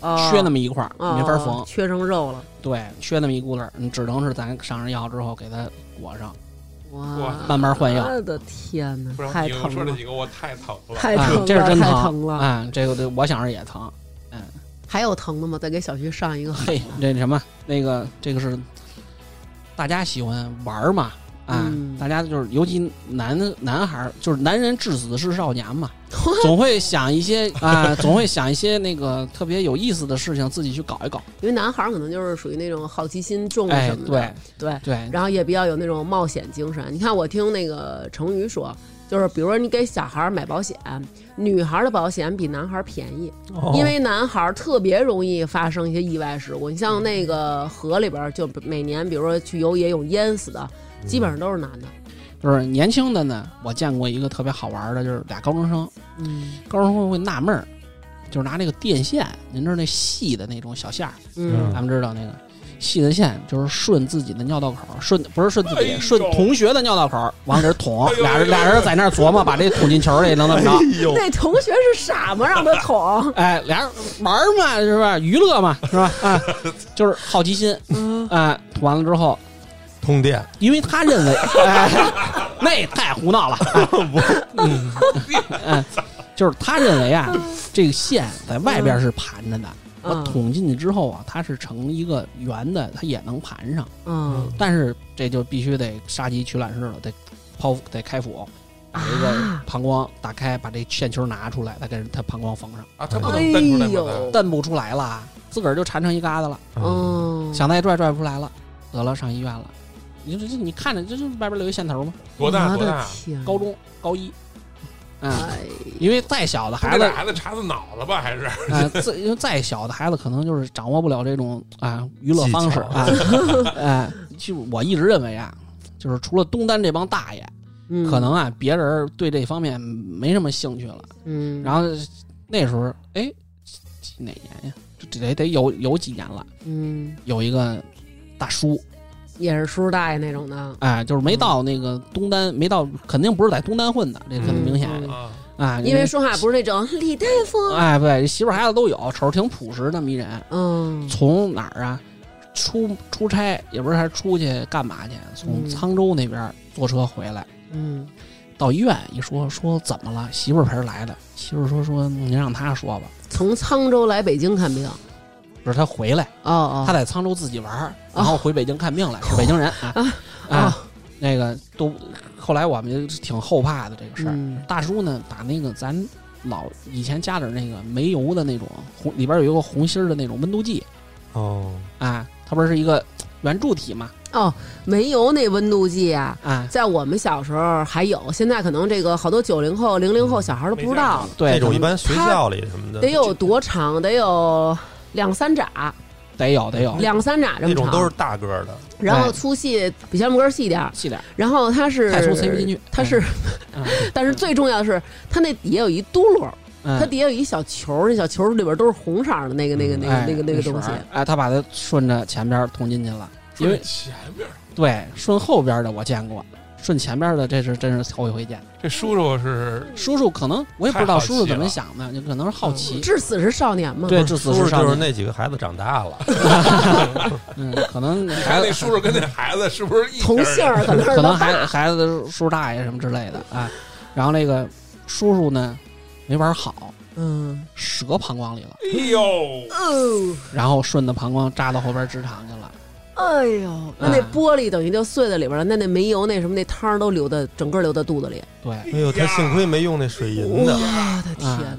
C: 啊
E: 缺那么一块儿，
C: 啊
E: 没法缝，
C: 缺成肉了。
E: 对，缺那么一轱辘儿，嗯你只能是咱上上药之后给它裹上，
C: 哇，
E: 慢慢换药。
C: 我的天
A: 不
C: 哪，
A: 是
C: 太
A: 你我说
C: 疼
A: 这
C: 了，
A: 几个我太疼了，
C: 太疼了，
E: 啊这是真
C: 太
E: 疼
C: 疼了。
E: 啊，这个对我想着也疼。
C: 还有疼的吗？再给小徐上一个。
E: 嘿，这什么那个这个是大家喜欢玩儿嘛啊，
C: 嗯
E: 大家就是尤其男男孩儿，就是男人至死是少年 嘛，总会想一些啊，总会想一些那个特别有意思的事情，自己去搞一搞。
C: 因为男孩儿可能就是属于那种好奇心重
E: 哎
C: 什，么的，
E: 对
C: 对
E: 对，
C: 然后也比较有那种冒险精神。你看，我听那个成语说，就是比如说你给小孩儿买保险，女孩儿的保险比男孩儿便宜，
D: 哦
E: 哦
C: 因为男孩儿特别容易发生一些意外事故。你像那个河里边儿，就每年比如说去游野泳淹死的，基本上都是男的。
E: 就是年轻的呢，我见过一个特别好玩儿的，就是俩高中生，
C: 嗯
E: 高中生会纳闷儿，就是拿那个电线，您知道那细的那种小线儿，
C: 嗯
E: 咱们知道那个细的线就是顺自己的尿道口，顺不是顺自己，
A: 哎呦
E: 顺同学的尿道口往里捅
A: 哎，呦
E: 俩
A: 哎呦
E: 人俩人在那儿琢磨，把这捅进球里能怎么着？？
D: 哎呦，
C: 那同学是傻吗？让他捅
E: 哎，俩人玩儿嘛，是吧？娱乐嘛，是吧？啊，就是好奇心，
C: 嗯
E: 哎，捅完了之后，
D: 通电，
E: 因为他认为，哎，那也太胡闹了，哎嗯，哎就是他认为啊，这个线在外边是盘着的，我
C: 嗯
E: 捅进去之后啊，它是成一个圆的，它也能盘上。
C: 嗯
E: 但是这就必须得杀鸡取卵式了，得剖腹得开腹，把这个
C: 啊
E: 膀胱打开，把这线球拿出来，再给人他膀胱缝上，
A: 啊，他不
C: 哎
A: 能蹬出来吗
C: 呦？
E: 蹬不出来了，啊自个儿就缠成一疙瘩了，
C: 嗯，
E: 想再拽拽不出来了，得了，上医院了。你这这你看着这这外边留一线头吗？
A: 他多大
C: 我
A: 多
C: 的
A: 大？
C: 天
E: 高中高一，嗯，
C: 哎，
E: 因为再小的
A: 他
E: 孩
A: 给
E: 子
A: 这，孩子查查脑子吧，还是
E: 啊，再因为再小的孩子可能就是掌握不了这种啊娱乐方式啊，哎，就我一直认为啊，就是除了东单这帮大爷，
C: 嗯
E: 可能啊别人对这方面没什么兴趣了。
C: 嗯，
E: 然后那时候，哎，几哪年呀？这这得得有有几年了，
C: 嗯，
E: 有一个大叔，
C: 也是叔叔大爷那种的，
E: 哎，就是没到那个东单，没到肯定不是在东单混的，这很明显
C: 嗯
A: 啊，
E: 啊，
C: 因为说话不是那种李大夫，
E: 哎对，媳妇儿孩子都有，瞅着挺朴实的迷人。
C: 嗯
E: 从哪儿啊？出出差也不是，还出去干嘛去？从
C: 嗯
E: 沧州那边坐车回来，
C: 嗯
E: 到医院一说说怎么了？媳妇儿陪着来的，媳妇儿说说您让她说吧。
C: 从沧州来北京看病，
E: 不是她回来，
C: 哦哦，
E: 她在沧州自己玩儿，然后回北京看病来，是北京人啊啊。那个都后来我们就挺后怕的这个事儿。
C: 嗯
E: 大叔呢，把那个咱老以前家里那个煤油的那种红里边有一个红心儿的那种温度计
D: 哦，
E: 啊，它不是一个圆柱体嘛
C: 哦，煤油那温度计啊，
E: 啊，
C: 在我们小时候还有，现在可能这个好多九零后、零零后小孩都不知道，
E: 对，
D: 这种一
E: 咱们
D: 般学校里什么的
C: 得有多长，得有两三拃，
E: 得有得有，
C: 两三拃这
D: 那
C: 么
D: 种都
C: 长
D: 是。大个儿的，
C: 然后
E: 哎
C: 粗细比小拇哥细点儿，
E: 细点儿，
C: 然后它是
E: 太粗塞不进去
C: 它是，
E: 嗯
C: 但是最重要的是，它那底下有一嘟噜，它
E: 嗯，
C: 底下有一小球儿，那小球儿里边都是红色儿的那个、那个、那
E: 哎
C: 个、那个、那个东西
E: 水。儿哎，他把它顺着前边儿捅进去了，因为
A: 前面
E: 对顺后边儿的我见过，顺前边儿的这是真是头一回见。
C: 嗯
A: 这叔叔是
E: 叔叔可能我也不知
A: 太好
E: 道
A: 奇
E: 叔叔怎么想的，就可能是好奇，
C: 至死是少年嘛，
E: 对，
D: 不
E: 至
D: 是
E: 死
D: 叔叔
E: 上
D: 就是
E: 瘾
D: 那几个孩子长大了，
E: 嗯，可能
A: 还
E: 孩
A: 那
E: 子
A: 叔叔跟那孩子是不是一
C: 同姓儿可能是
E: 可能
C: 他爸
E: 孩孩子的叔大爷什么之类的啊，然后那个叔叔呢没玩好，
C: 嗯
E: 折膀胱里了，
A: 哎呦，
C: 哦，
E: 然后顺着膀胱扎到后边儿直肠去了。
C: 哎呦，那那
E: 啊
C: 玻璃等于就碎在里边了，那那煤油那什么那汤儿都流到整个流到肚子里。
E: 对，
D: 哎呦，他幸亏没用那水银的，
C: 我的天哪！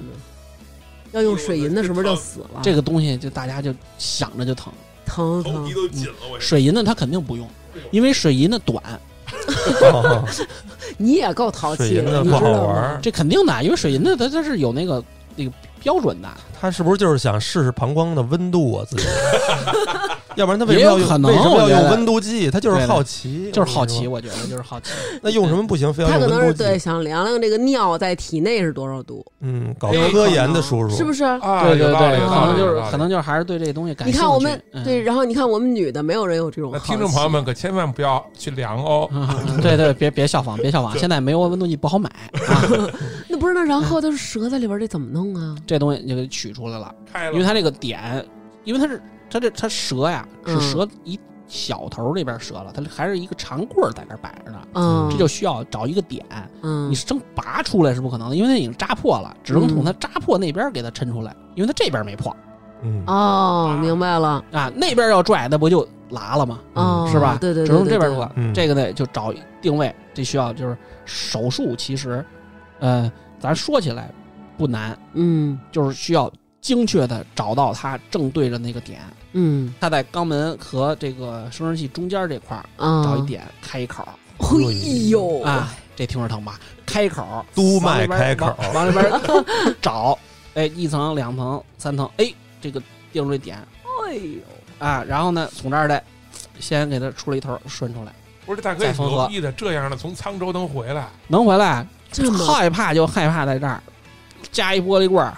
C: 要用水银的是不是就死了？
E: 这个东西就大家就想着就疼。
C: 疼
A: 头
C: 疼
A: 皮，都紧了，我这
E: 水银的它肯定不用，因为水银的短，
D: 哦
C: 你也够淘
D: 水
C: 气
D: 银的
C: 你
D: 不
C: 知
D: 好
C: 道
D: 玩
C: 吗？
D: 儿。
E: 这肯定的，啊因为水银的它它是有那个那个标准的，啊
D: 他是不是就是想试试膀胱的温度啊？ 自己，要不然他为什么
E: 也有
D: 要用
E: 可能
D: 为什么要
E: 我觉得
D: 用温度计？他就是好奇，
E: 就是好
D: 我跟
E: 奇，
D: 你说。
E: 我觉得就是好奇。
D: 那用什么不行？非要
C: 他
D: 用
C: 可
D: 温
C: 能是
D: 度
C: 对
D: 计？
C: 想量量这个尿在体内是多少度，
D: 嗯，搞科研
E: 哦
D: 的叔叔
C: 是不是？
A: 啊，
E: 对对
A: 有道理
E: 对，
A: 有
E: 可
A: 道
E: 能
A: 理
E: 就
A: 有
E: 是
A: 道理
E: 可能就是还是对这东西感
C: 你
E: 兴趣。
C: 看我们对，
E: 嗯，
C: 然后你看我们女的，没有人有这种
A: 那
C: 好奇。
A: 听众朋友们可千万不要去量哦，
E: 嗯 对对，别别效仿， 别效仿，现在没有温度计不好买 啊，
C: 那不是那然后它是折在里边，这怎么弄啊？
E: 这东西就给取出来了，
A: 开
E: 因为
A: 了
E: 它这个点，因为它是它这它折呀，是
C: 嗯
E: 折一小头儿那边折了，它还是一个长棍儿在那儿摆着呢，
C: 嗯，
E: 这就需要找一个点。
C: 嗯嗯
E: 你生拔出来是不可能的，因为它已经扎破了，只能从它扎破那边给它抻出来，因为它这边没破
D: 嗯，
C: 哦，明白了
E: 啊，那边要拽那不就拉了吗？
C: 哦，
E: 嗯是吧？
C: 对对，对
E: 只能从这边出来。
D: 嗯
E: 这个呢，就找定位，这需要就是手术，其实，呃，咱说起来不难，
C: 嗯
E: 就是需要精确的找到它正对着那个点，
C: 嗯
E: 它在肛门和这个生殖器中间这块儿
C: 啊，
E: 找一，点开一口
C: 哎呦
E: 啊，，这听着疼吧？开一口。
D: 督脉开口，
E: 往里边儿 找，哎，一层、两层、三层，哎，这个定住这点
C: 哎呦，
E: 啊，然后呢，从这儿再先给它出了一头儿顺出来，
A: 不是这大哥也挺牛逼的，这样的从沧州能回来，
E: 能回来，
C: 这么
E: 害怕就害怕在这儿，加一玻璃棍儿，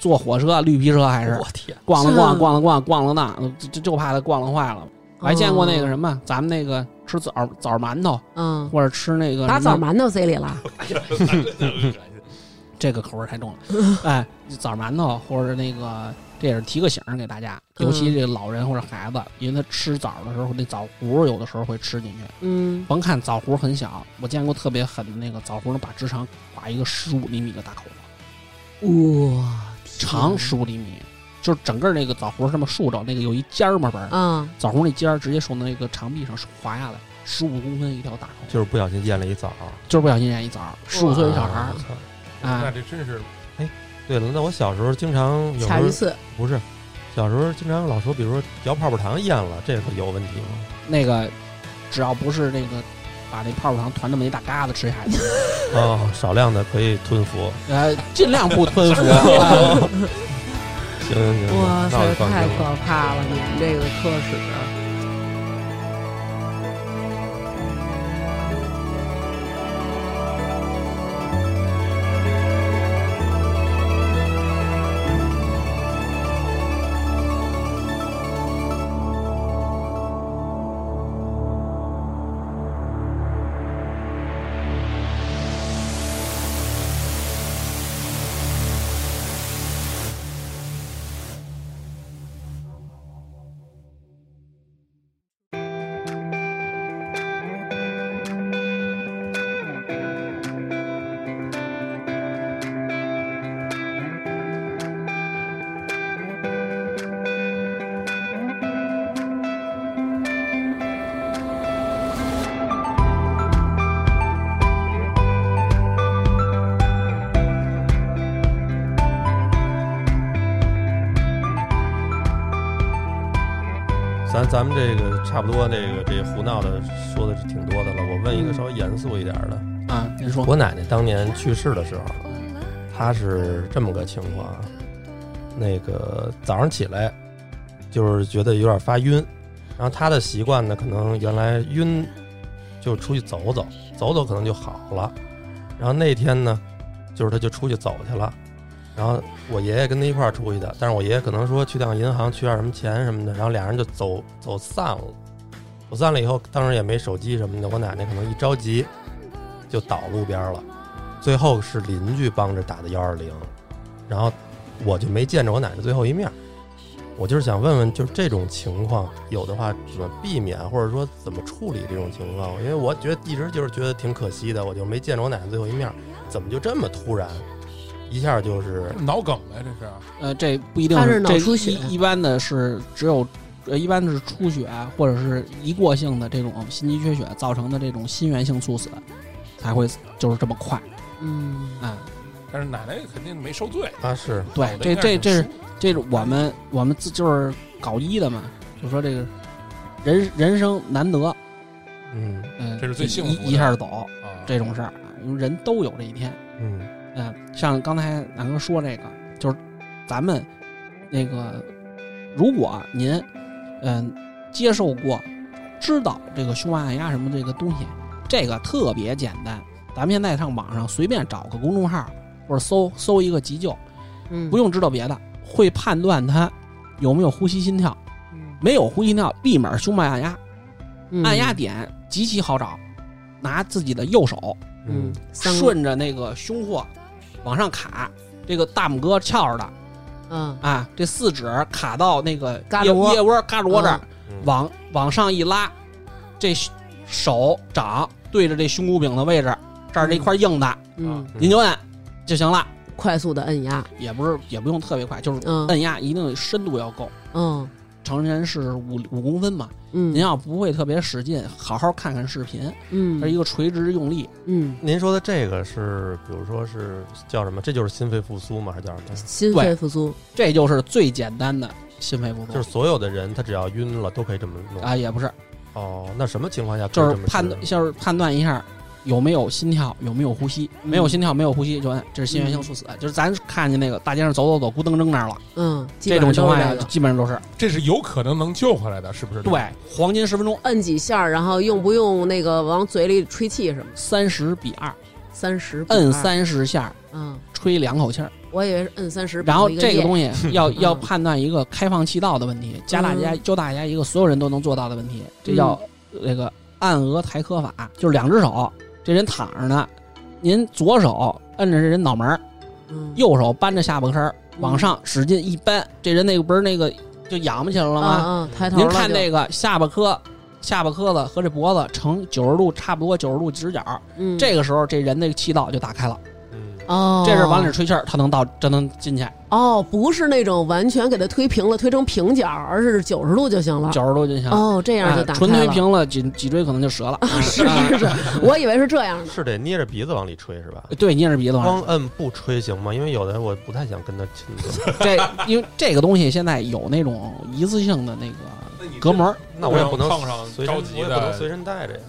E: 坐火车绿皮车还是
D: 我天，
E: 逛了
C: 这
E: 逛逛了逛逛了荡，就就就怕它逛了坏了。我还见过那个什么，咱们那个吃枣枣馒头，
C: 哦嗯，
E: 或者吃那个
C: 把
E: 什么
C: 枣馒头塞里 了，
E: 这个口味儿太重了。 哎，枣馒头或者那个，这也是提个醒儿给大家，
C: 嗯
E: 尤其这老人或者孩子，因为他吃枣的时候，那枣核有的时候会吃进去。
C: 嗯，
E: 甭看枣核很小，我见过特别狠的那个枣核能把直肠刮一个十五厘米的大口子，
C: 哇，嗯
E: 长十五厘米，就是整个那个枣核儿上面竖着那个有一尖儿嘛，不是
C: 啊，
E: 枣核那尖儿直接从那个长臂上滑下来，十五公分一条大口，
D: 就是不小心咽了一枣啊儿。
E: 就是不小心演一枣，十五岁一小孩
D: 啊
E: 儿
D: 我操
A: 那
E: 啊，
A: 这真是
D: 对了，那我小时候经常有时
C: 卡鱼
D: 候
C: 刺
D: 不是，小时候经常老说，比如说嚼泡泡糖咽了，这个有问题 吗？
E: 那个只要不是那个把那泡泡糖团那么一大疙瘩吃下 去，
D: 哦，少量的可以吞服。
E: 呃，尽量不吞 服。
D: 行行行，
C: 哇
D: 那我
C: 塞，
D: 就放心
C: 太
D: 了。
C: 可怕了！你们这个科室，
D: 咱咱们这个差不多，那个这胡闹的说的是挺多的了。我问一个稍微严肃一点的，
E: 啊， 您说
D: 我奶奶当年去世的时候，她是这么个情况啊，那个早上起来就是觉得有点发晕，然后她的习惯呢，可能原来晕就出去走走，走走可能就好了。然后那天呢，就是她就出去走去了，然后我爷爷跟她一块儿出去的，但是我爷爷可能说去趟银行取点什么钱什么的，然后俩人就走走散了。走散了以后，当时也没手机什么的，我奶奶可能一着急，就倒路边了。最后是邻居帮着打的幺二零，然后我就没见着我奶奶最后一面。我就是想问问，就是这种情况有的话怎么避免，或者说怎么处理这种情况？因为我觉得一直就是觉得挺可惜的，我就没见着我奶奶最后一面，怎么就这么突然，一下就是
A: 脑梗呗，这是。
E: 呃，这不一定
C: 他
E: 这
C: 是脑出血
E: 一一般的是只有。呃，一般的是出血或者是一过性的这种心肌缺血造成的这种心源性猝死，才会就是这么快
C: 嗯，
E: 啊、
A: 但是奶奶肯定没受罪，
D: 啊是
A: 哦
E: 对，这这这是这是我们我们自就是搞医的嘛，就说这个人人生难得，
D: 嗯
E: 嗯，
A: 这是最幸福的
E: 一一下走
A: 啊，
E: 这种事儿，因为人都有这一天。
D: 嗯
E: 嗯，像刚才南哥说这个，就是咱们那个，如果您嗯、接受过、知道这个胸外按压什么这个东西，这个特别简单。咱们现在上网上随便找个公众号，或者搜搜一个急救，
C: 嗯
E: 不用知道别的，会判断他有没有呼吸心跳。没有呼吸心跳，立马胸脉按压，
C: 嗯
E: 按压点极其好找，拿自己的右手
C: 嗯
D: 嗯，
C: 三个
E: 顺着那个胸廓往上卡，这个大拇哥翘着的
C: 嗯
E: 啊，这四指卡到那个
C: 嘎
E: 腋
C: 吱窝
E: 腋窝嘎吱窝这儿，
D: 嗯
E: 往往上一拉，这手掌对着这胸骨柄的位置，这儿这块硬的，
C: 嗯，
D: 嗯
E: 您就摁就行了，
C: 快速的摁压，
E: 也不是也不用特别快，就是
C: 嗯
E: 摁压一定深度要够，
C: 嗯
E: 成人是五五公分嘛。
C: 嗯，
E: 您要不会特别使劲，好好看看视频，它是一
C: 嗯
E: 个垂直用力，
C: 嗯，
D: 您说的这个是，比如说是叫什么？这就是心肺复苏吗？还是叫什么？
C: 心肺复苏，
E: 这就是最简单的心肺复苏。
D: 就是所有的人他只要晕了都可以这么弄。
E: 啊，也不是，
D: 哦，那什么情况下可以
E: 就是
D: 这么
E: 判
D: 治
E: 断，就是判断一下有没有心跳，有没有呼吸，
C: 嗯
E: 没有心跳，没有呼吸就按，这是心源性猝死。就是咱看见那个大街上走走走，咕噔噔那儿了，
C: 嗯，基
E: 这
C: 本
E: 种
C: 上
E: 情
C: 都
E: 况
C: 是
E: 下
C: 这个
E: 基本上都是
A: 这是有可能能救回来的，是不是？
E: 对，黄金十分钟，
C: 摁几下，然后用不用那个往嘴里吹气什么？
E: 三十比二，
C: 三十
E: 摁，三十下，
C: 嗯，
E: 吹两口气儿。
C: 我以为是摁三十，
E: 然后
C: 比一
E: 这个
C: 液
E: 东西 要要
C: 嗯
E: 判断一个开放气道的问题，教大家
C: 嗯
E: 教大家一个所有人都能做到的问题，这
C: 嗯
E: 叫那个按额抬科法，就是两只手，这人躺着呢，您左手摁着这人脑门儿，
C: 嗯
E: 右手扳着下巴颏儿往上使劲一扳，这人那个不是那个就仰不起来了吗？
C: 嗯嗯，抬头
E: 您
C: 了
E: 看
C: 就
E: 这个下巴颏。下巴颏子和这脖子成九十度，差不多九十度直角。
C: 嗯
E: 这个时候，这人那个气道就打开了，
D: 嗯
C: 哦，
E: 这是往里吹气儿，他能到，这能进去。
C: 哦，不是那种完全给它推平了，推成平角，而是九十度就行了。
E: 九十多就行。
C: 哦，这样就打
E: 哎
C: 开
E: 纯推
C: 了。
E: 平了，脊脊椎可能就 折了。
C: 是 是是，我以为是这样的。
D: 是得捏着鼻子往里吹是吧？
E: 对，捏着鼻子往
D: 光
E: 上。
D: 摁不吹行吗？因为有的我不太想跟他亲 嘴，
E: 这因为这个东西现在有那种一次性的那个隔膜儿，
D: 那我也不能
A: 碰上
D: 随身，
A: 着
D: 我
A: 急
D: 也不能随
A: 的，
D: 身带着呀。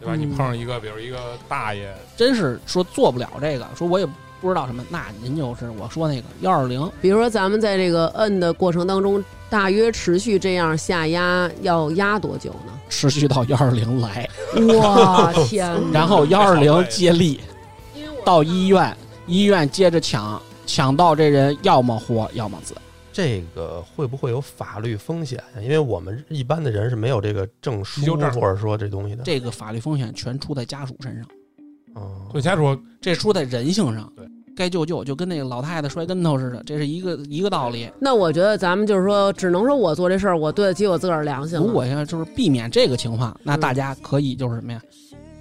A: 对吧？你碰上一个，比如一个大爷，
E: 真是说做不了这个，说我也不知道什么，那您就是我说那个幺二零，
C: 比如说咱们在这个摁的过程当中，大约持续这样下压要压多久呢？
E: 持续到幺二零来，
C: 我天哪！
E: 然后幺二零接力，到医院，医院接着抢，抢到这人要么活要么死，
D: 这个会不会有法律风险呀？因为我们一般的人是没有这个证书
A: 急救证
D: 或者说这东西的。
E: 这个法律风险全出在家属身上，
D: 嗯
A: 对家属
E: 这出在人性上
A: 对。
E: 该救救，就跟那个老太太摔跟头似的，这是一个一个道理。
C: 那我觉得咱们就是说，只能说我做这事儿，我对得起我自个儿良心了。
E: 如果要就是避免这个情况，那
C: 嗯
E: 大家可以就是什么呀？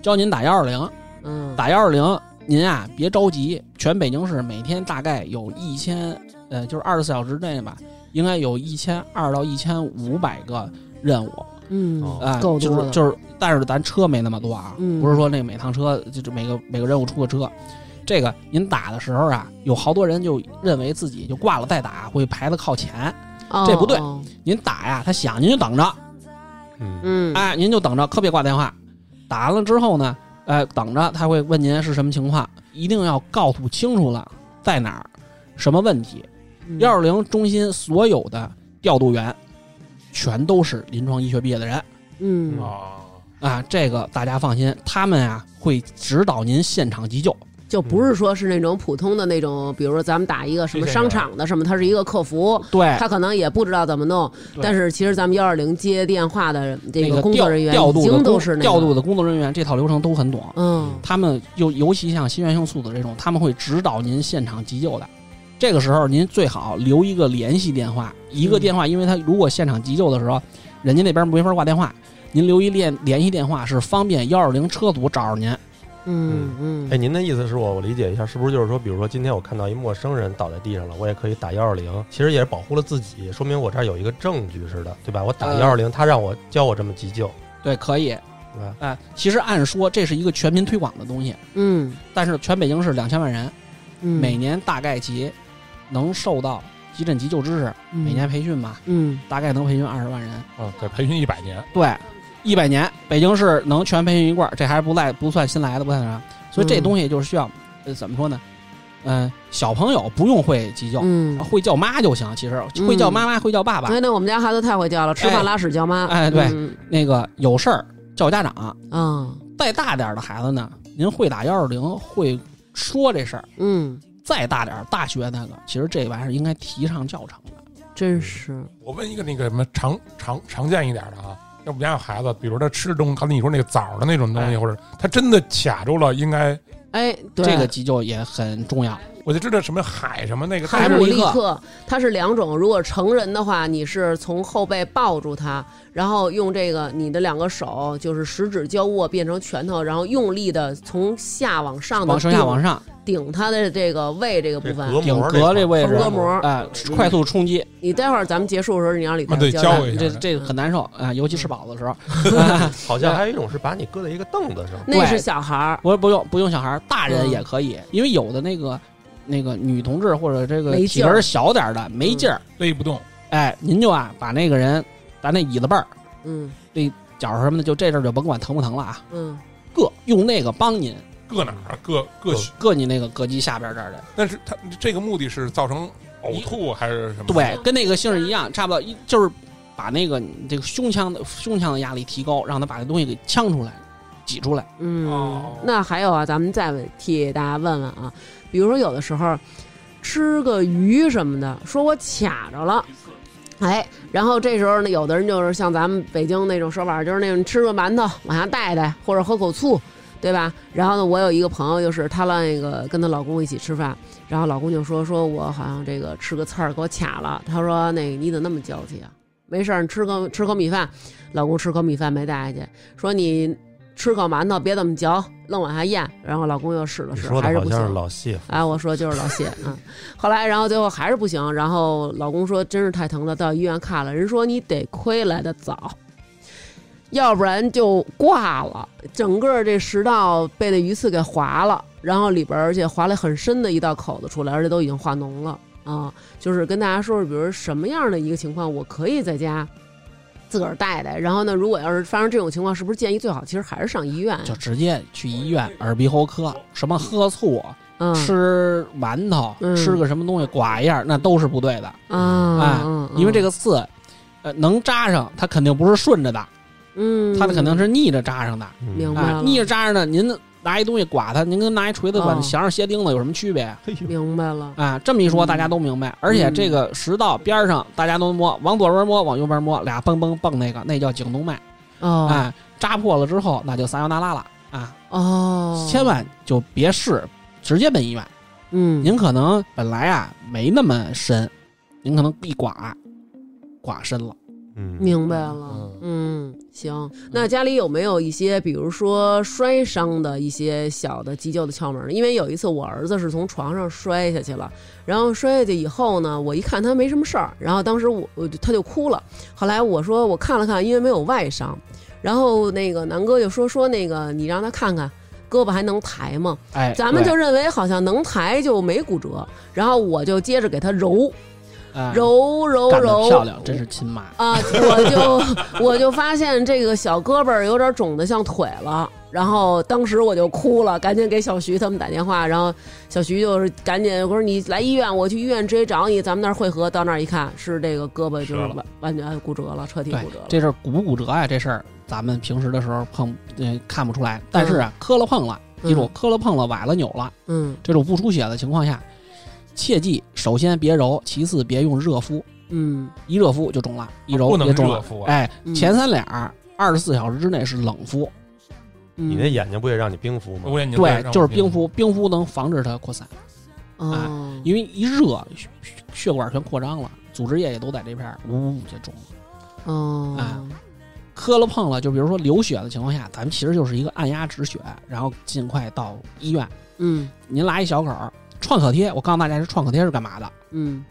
E: 教您打幺二零，
C: 嗯，
E: 打幺二零，您啊别着急，全北京市每天大概有一千，呃，就是二十四小时内吧，应该有一千二到一千五百个任务，
C: 嗯
D: 哦
E: 哎、
C: 够
E: 就
C: 多
E: 是
C: 的
E: 就是，但是咱车没那么多啊，
C: 嗯
E: 不是说那每趟车就是每个每个任务出个车。这个您打的时候啊，有好多人就认为自己就挂了再打会排的靠前。
C: 哦
E: 这不对
C: 哦
E: 您打呀，他响您就等着，
D: 嗯，
C: 嗯，
E: 哎，您就等着，可别挂电话。打完了之后呢，呃，等着他会问您是什么情况，一定要告诉清楚了在哪儿，什么问题。
C: 嗯
E: 幺二零中心所有的调度员全都是临床医学毕业的人
C: 嗯
E: 哦
A: 啊，
E: 啊，这个大家放心，他们啊会指导您现场急救。
C: 就不是说是那种普通的那种，比如说咱们打一个什么
E: 啊
C: 商场的什么，他是一个客服，
E: 对，
C: 他可能也不知道怎么弄，
E: 对
C: 但是其实咱们幺二零接电话的这
E: 那个
C: 个工
E: 调
C: 作人员
E: 调
C: 已
E: 度的
C: 经
E: 工
C: 都是那
E: 调度
C: 个，
E: 的工作人员这套流程都很懂。
C: 嗯
E: 他们尤尤其像心源性猝死这种，他们会指导您现场急救的。这个时候您最好留一个联系电话，一
C: 嗯
E: 个电话，因为他如果现场急救的时候，人家那边没法挂电话，您留一联联系电话是方便幺二零车组找着您。
C: 嗯嗯
D: 哎，您的意思是我我理解一下，是不是就是说，比如说今天我看到一陌生人倒在地上了，我也可以打幺二零，其实也是保护了自己，说明我这儿有一个证据似的，对吧？我打
C: 嗯
E: 呃
D: 幺二零，他让我教我这么急救，
E: 对，可以。
D: 对吧？
E: 哎、其实按说这是一个全民推广的东西，
C: 嗯
E: 但是全北京市两千万人，
C: 嗯，
E: 每年大概其能受到急诊急救知识，
C: 嗯
E: 每年培训嘛，
C: 嗯
E: 大概能培训二十万人。
A: 啊，对，培训一百年，
E: 对，一百年，北京市能全培训一块儿，这还不赖，不算新来的，不算啥。所以这
C: 嗯
E: 东西就是需要，呃，怎么说呢？嗯、小朋友不用会急救，
C: 嗯。
E: 会叫妈就行。其实会叫妈妈，会叫爸爸。
C: 哎，那我们家孩子太会叫了，吃
E: 哎
C: 饭拉屎叫妈。
E: 哎对
C: 嗯
E: 那个有事儿叫家长。
C: 啊，
E: 再大点儿的孩子呢，您会打幺二零，会说这事儿。
C: 嗯，
E: 再大点儿，大学那个，其实这玩意儿应该提上教程的。
C: 真是，
A: 我问一个那个什么常常常见一点的啊，要我们家有孩子，比如他吃的东西，刚才你说那个枣的那种东西，
E: 哎
A: 或者他真的卡住了，应该
C: 哎，对，
E: 这个急救也很重要。
A: 我就知道什么海什么那个
E: 海
C: 海
E: 姆
C: 姆
E: 立
C: 立
E: 克
C: 克，它是两种。如果成人的话，你是从后背抱住它，然后用这个你的两个手，就是食指交握变成拳头，然后用力的从下往上的
E: 往上下往上，
C: 顶它的这个胃这个部
D: 这
C: 分。
D: 隔
E: 顶
D: 膜
E: 格
D: 这
E: 这
D: 块
E: 位
C: 横
E: 置，
C: 膈膜
E: 哎、快速冲击，哎
C: 你待会儿咱们结束的时候，你让李
A: 啊
C: 太
A: 对
C: 教
A: 教
C: 咱
A: 我一下
E: 这这很难受啊、尤其吃饱的时 候。哎
D: 好像还有一种是把你搁在一个凳子上，
C: 那是
E: 对
C: 小孩儿，
E: 不是不用不用小孩儿，大人
C: 嗯
E: 也可以，因为有的那个那个女同志或者这个
C: 没
E: 体
C: 劲儿嗯
E: 格小点儿的没劲儿，
A: 勒不动，
E: 哎，您就啊把那个人把那椅子背儿、
C: 嗯
E: 脚什么的，就这阵儿就甭管疼不疼了啊，
C: 嗯，
E: 硌，用那个帮您
A: 硌哪儿硌硌血，
E: 硌你那个膈肌下边儿这儿的，
A: 但是他这个目的是造成呕吐还是什么？
E: 对，跟那个性质一样，差不多，一就是把那个你这个胸腔的胸腔的压力提高，让他把这东西给呛出来。挤出来，
C: 嗯，
A: 哦
C: 那还有啊，咱们再问替大家问问啊，比如说有的时候吃个鱼什么的，说我卡着了。哎，然后这时候呢，有的人就是像咱们北京那种说法，就是那种吃个馒头往下带带，或者喝口醋，对吧？然后呢，我有一个朋友，就是她那个跟她老公一起吃饭，然后老公就说说我好像这个吃个刺儿给我卡了，她说那个你怎么那么娇气啊？没事儿，你吃口吃口米饭，老公吃口米饭没带去，说你吃干嘛呢？别这么嚼，愣往下咽。然后老公又试了
D: 你
C: 试，
D: 说的
C: 还是
D: 好
C: 不
D: 像
C: 行
D: 是。老谢夫，
C: 哎，我说就是老谢，嗯，后来然后最后还是不行，然后老公说真是太疼了，到医院看了，人说你得亏来的早，要不然就挂了，整个这食道被那鱼刺给划了，然后里边儿而且划了很深的一道口子出来，而且都已经化脓了啊、就是跟大家说说，比如什么样的一个情况，我可以在家。自个儿带带，然后呢，如果要是发生这种情况，是不是建议最好其实还是上医院？
E: 就直接去医院耳鼻喉科，什么喝醋、
C: 嗯
E: 吃馒头、
C: 嗯
E: 吃个什么东西刮一下，那都是不对的，哎
C: 啊，
E: 因为这
C: 个，
E: 个刺，呃，能扎上，它肯定不是顺着的，
C: 嗯，
E: 它肯定是逆着扎上的。
D: 嗯
C: 明白
E: 啊
C: 了，
E: 逆着扎上的，您拿一东西刮它，您跟拿一锤子把
C: 哦
E: 墙上歇钉子有什么区别？
C: 明白了，
E: 啊，这么一
C: 嗯
E: 说大家都明白。而且这个食道边儿上大家都摸，往左边摸，往右边摸，俩蹦蹦蹦那个，那叫颈动脉。
C: 哦，
E: 啊，扎破了之后那就撒由那拉了啊，
C: 哦，
E: 千万就别试，直接奔医院。
C: 嗯，
E: 您可能本来啊没那么深，您可能一刮，刮深了。
D: 嗯，
C: 明白了，嗯，行。那家里有没有一些，比如说摔伤的一些小的急救的窍门呢？因为有一次我儿子是从床上摔下去了，然后摔下去以后呢，我一看他没什么事儿，然后当时我我就他就哭了。后来我说我看了看，因为没有外伤，然后那个南哥就说说那个你让他看看胳膊还能抬吗？
E: 哎，
C: 咱们
E: 对
C: 就认为好像能抬就没骨折，然后我就接着给他揉
E: 啊
C: 揉揉
E: 干得
C: 揉，
E: 漂亮，真是亲妈。
C: 啊，我就我就发现这个小胳膊儿有点肿的像腿了，然后当时我就哭了，赶紧给小徐他们打电话，然后小徐就是赶紧我说你来医院，我去医院直接找你，咱们那儿汇合。到那儿一看是这个胳膊就是
D: 折了
C: 完完全骨折了，彻底
E: 对
C: 骨折了。
E: 这事儿骨不骨折呀、这事儿咱们平时的时候碰，呃，看不出来。但是啊，磕了碰了，记住，磕了碰了，崴了扭了，
C: 嗯
E: 这种不出血的情况下，切记首先别揉，其次别用热敷，
C: 嗯
E: 一热敷就肿了，一揉
A: 不能
E: 就肿
A: 热
E: 了。
A: 敷啊，
E: 哎，
C: 嗯
E: 前三俩儿二十四小时之内是冷敷，
C: 嗯，
D: 你那眼睛不也让你冰敷吗？
A: 我眼睛
E: 对，就是冰
A: 冰
E: 敷，冰敷能防止它扩散，
C: 哦，
E: 哎因为一热血血管全扩张了，组织液也都在这片儿，呜就肿了。
C: 哦
E: 啊磕了碰了，就比如说流血的情况下，咱们其实就是一个按压止血，然后尽快到医院。
C: 嗯
E: 您来一小口儿创可贴，我告诉大家，这创可贴是干嘛的？
C: 嗯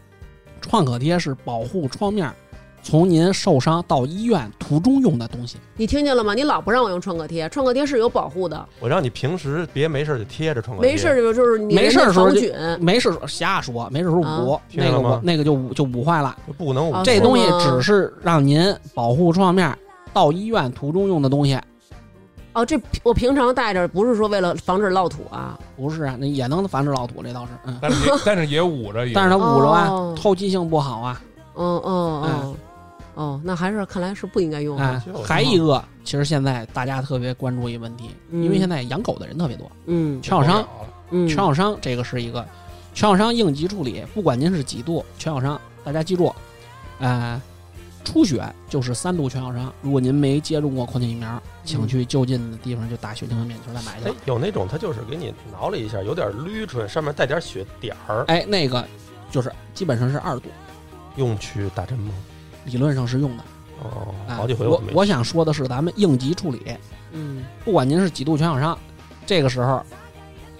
E: 创可贴是保护创面儿，从您受伤到医院途中用的东西。
C: 你听见了吗？你老不让我用创可贴，创可贴是有保护的，
D: 我让你平时别没事儿就贴着创可贴，
C: 没事儿就就是你
E: 没事儿
C: 人家
E: 时候
C: 防
E: 就
C: 菌。
E: 没事儿瞎说，没事儿说捂、
D: 听
E: 那个
D: 见了
E: 我
D: 吗
E: 那个就捂就捂坏了。
D: 就不能捂
C: 啊
E: 这
C: 是
E: 东西
C: 吗
E: 只是让您保护创面儿，到医院途中用的东西，
C: 哦，这我平常带着不是说为了防止落土啊，
E: 不是啊，那也能防止老土，这倒是。嗯，
A: 但是也但是也捂 着也，
E: 但是它捂着啊，
C: 哦
E: 透气性不好啊。
C: 哦哦哦，哦，那还是看来是不应该用啊。
E: 哎
D: 就，是
E: 还一个，其实现在大家特别关注一问题，因为
C: 嗯
E: 现在养狗的人特别多，
C: 嗯
E: 犬咬伤，
C: 嗯，
E: 全咬伤这个是一个，全咬伤应急处理，不管您是几度全咬伤，大家记住，呃，出血就是三度全咬伤。如果您没接种过狂犬疫苗，
C: 嗯
E: 请去就近的地方就打血清和免疫球蛋白去
D: 哎
E: 了。，
D: 有那种它就是给你挠了一下，有点捋唇，上面带点血点儿，
E: 哎，那个就是基本上是二度，
D: 用去打针吗？
E: 理论上是用的。
D: 哦，
E: 啊、
D: 好几回
E: 我
D: 没
E: 我想说的是，咱们应急处理，
C: 嗯
E: 不管您是几度全咬伤，这个时候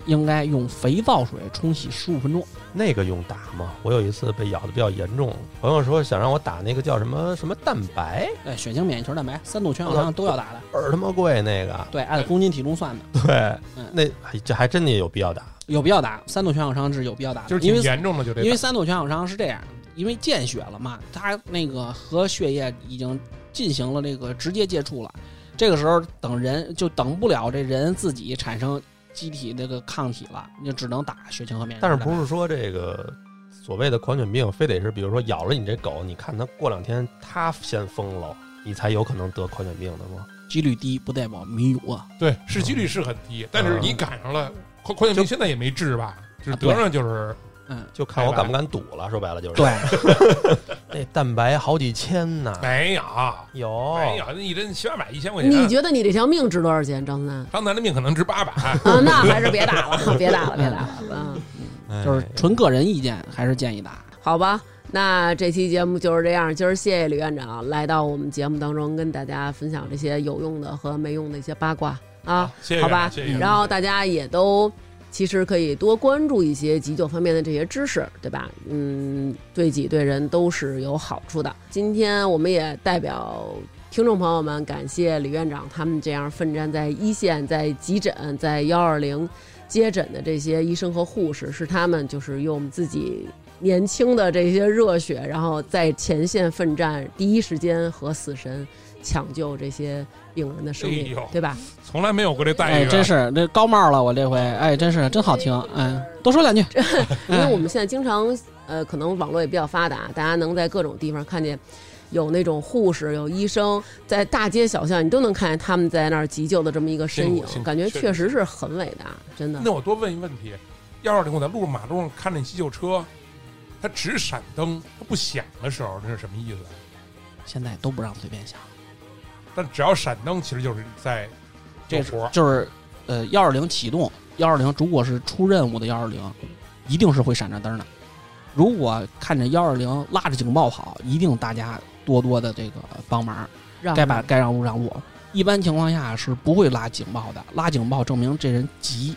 E: 应该用肥皂水冲洗十五分钟。
D: 那个用打吗？我有一次被咬的比较严重，朋友说想让我打那个叫什么什么蛋白，
E: 哎，血清免疫球蛋白三度全咬伤都要打的。
D: 倍儿他妈贵那个，
E: 对，按公斤体重算的，
D: 对
E: 嗯，
D: 那还这还真的有必要打。
E: 有必要打三度全咬伤是有必要打的，
A: 就是
E: 因
A: 挺
E: 为
A: 严重的，就这
E: 因为三度全咬伤是这样，因为见血了嘛，它那个和血液已经进行了这个直接接触了，这个时候等人就等不了这人自己产生机体这个抗体了，你就只能打血清和免疫球
D: 但是
E: 蛋白。
D: 不是说这个所谓的狂犬病，非得是比如说咬了你这狗，你看它过两天它先疯了，你才有可能得狂犬病的吗？
E: 几率低，不代表没有啊。
A: 对市几率是很低，但是
E: 嗯
A: 你赶上了狂狂犬病，现在也没治吧？就是得上就是
E: 啊嗯，
D: 就看我敢不敢赌了。说白了就是，
E: 对，
D: 那蛋白好几千呢，
A: 没有
E: 哦
A: 哎
D: 有
A: 没有，那一针七八百一千块
C: 你
A: 钱，啊
C: 觉得你这条命值多少钱，张三？
A: 张楠的命可能值八百，
C: 啊，那还是别打了，别打了，别打了，嗯，
D: 哎
E: 就是纯个人意见，还是建议打。
C: 好吧。那这期节目就是这样，今儿谢谢李院长来到我们节目当中，跟大家分享这些有用的和没用的一些八卦啊，
A: 谢谢
C: 好
A: 院长
C: 吧
A: 谢谢院，长
C: 然后大家也都。其实可以多关注一些急救方面的这些知识，对吧？嗯，对己对人都是有好处的。今天我们也代表听众朋友们，感谢李院长他们这样奋战在一线、在急诊、在幺二零接诊的这些医生和护士，是他们就是用自己年轻的这些热血，然后在前线奋战，第一时间和死神抢救这些病人的生
A: 哎
C: 命
A: 呦，
C: 对吧？
A: 从来没有过这待
E: 哎，
A: 遇啊，
E: 真是这高帽了，我这回哎，真是真好听，哎，多说两句，
C: 因为我们现在经常，呃，可能网络也比较发达，大家能在各种地方看见有那种护士、有医生，在大街小巷你都能看见他们在那儿急救的这么一个身
A: 辛
C: 影
A: 苦辛，苦
C: 感觉
A: 确
C: 确
A: 实
C: 实是很伟大，真的。
A: 那我多问一问题：幺二零，我在路上马路上看那急救车，它只闪灯，它不响的时候，那是什么意思？啊
E: 现在都不让随便想，
A: 但只要闪灯，其实就是在救
E: 这
A: 活
E: 是。就是呃幺二零启动幺二零，如果是出任务的幺二零，一定是会闪着灯的。如果看着幺二零拉着警报跑，一定大家多多的这个帮忙，
C: 让
E: 该把该让路让路。一般情况下是不会拉警报的，拉警报证明这人急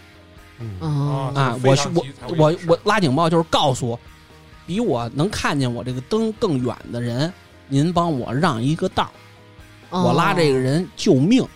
D: 嗯，
C: 哦
A: 啊
E: 啊！
A: 非
E: 我是
A: 常
E: 我
A: 急才会
E: 我
A: 有事
E: 我拉警报就是告诉比我能看见我这个灯更远的人，您帮我让一个道儿，我拉这个，人救命，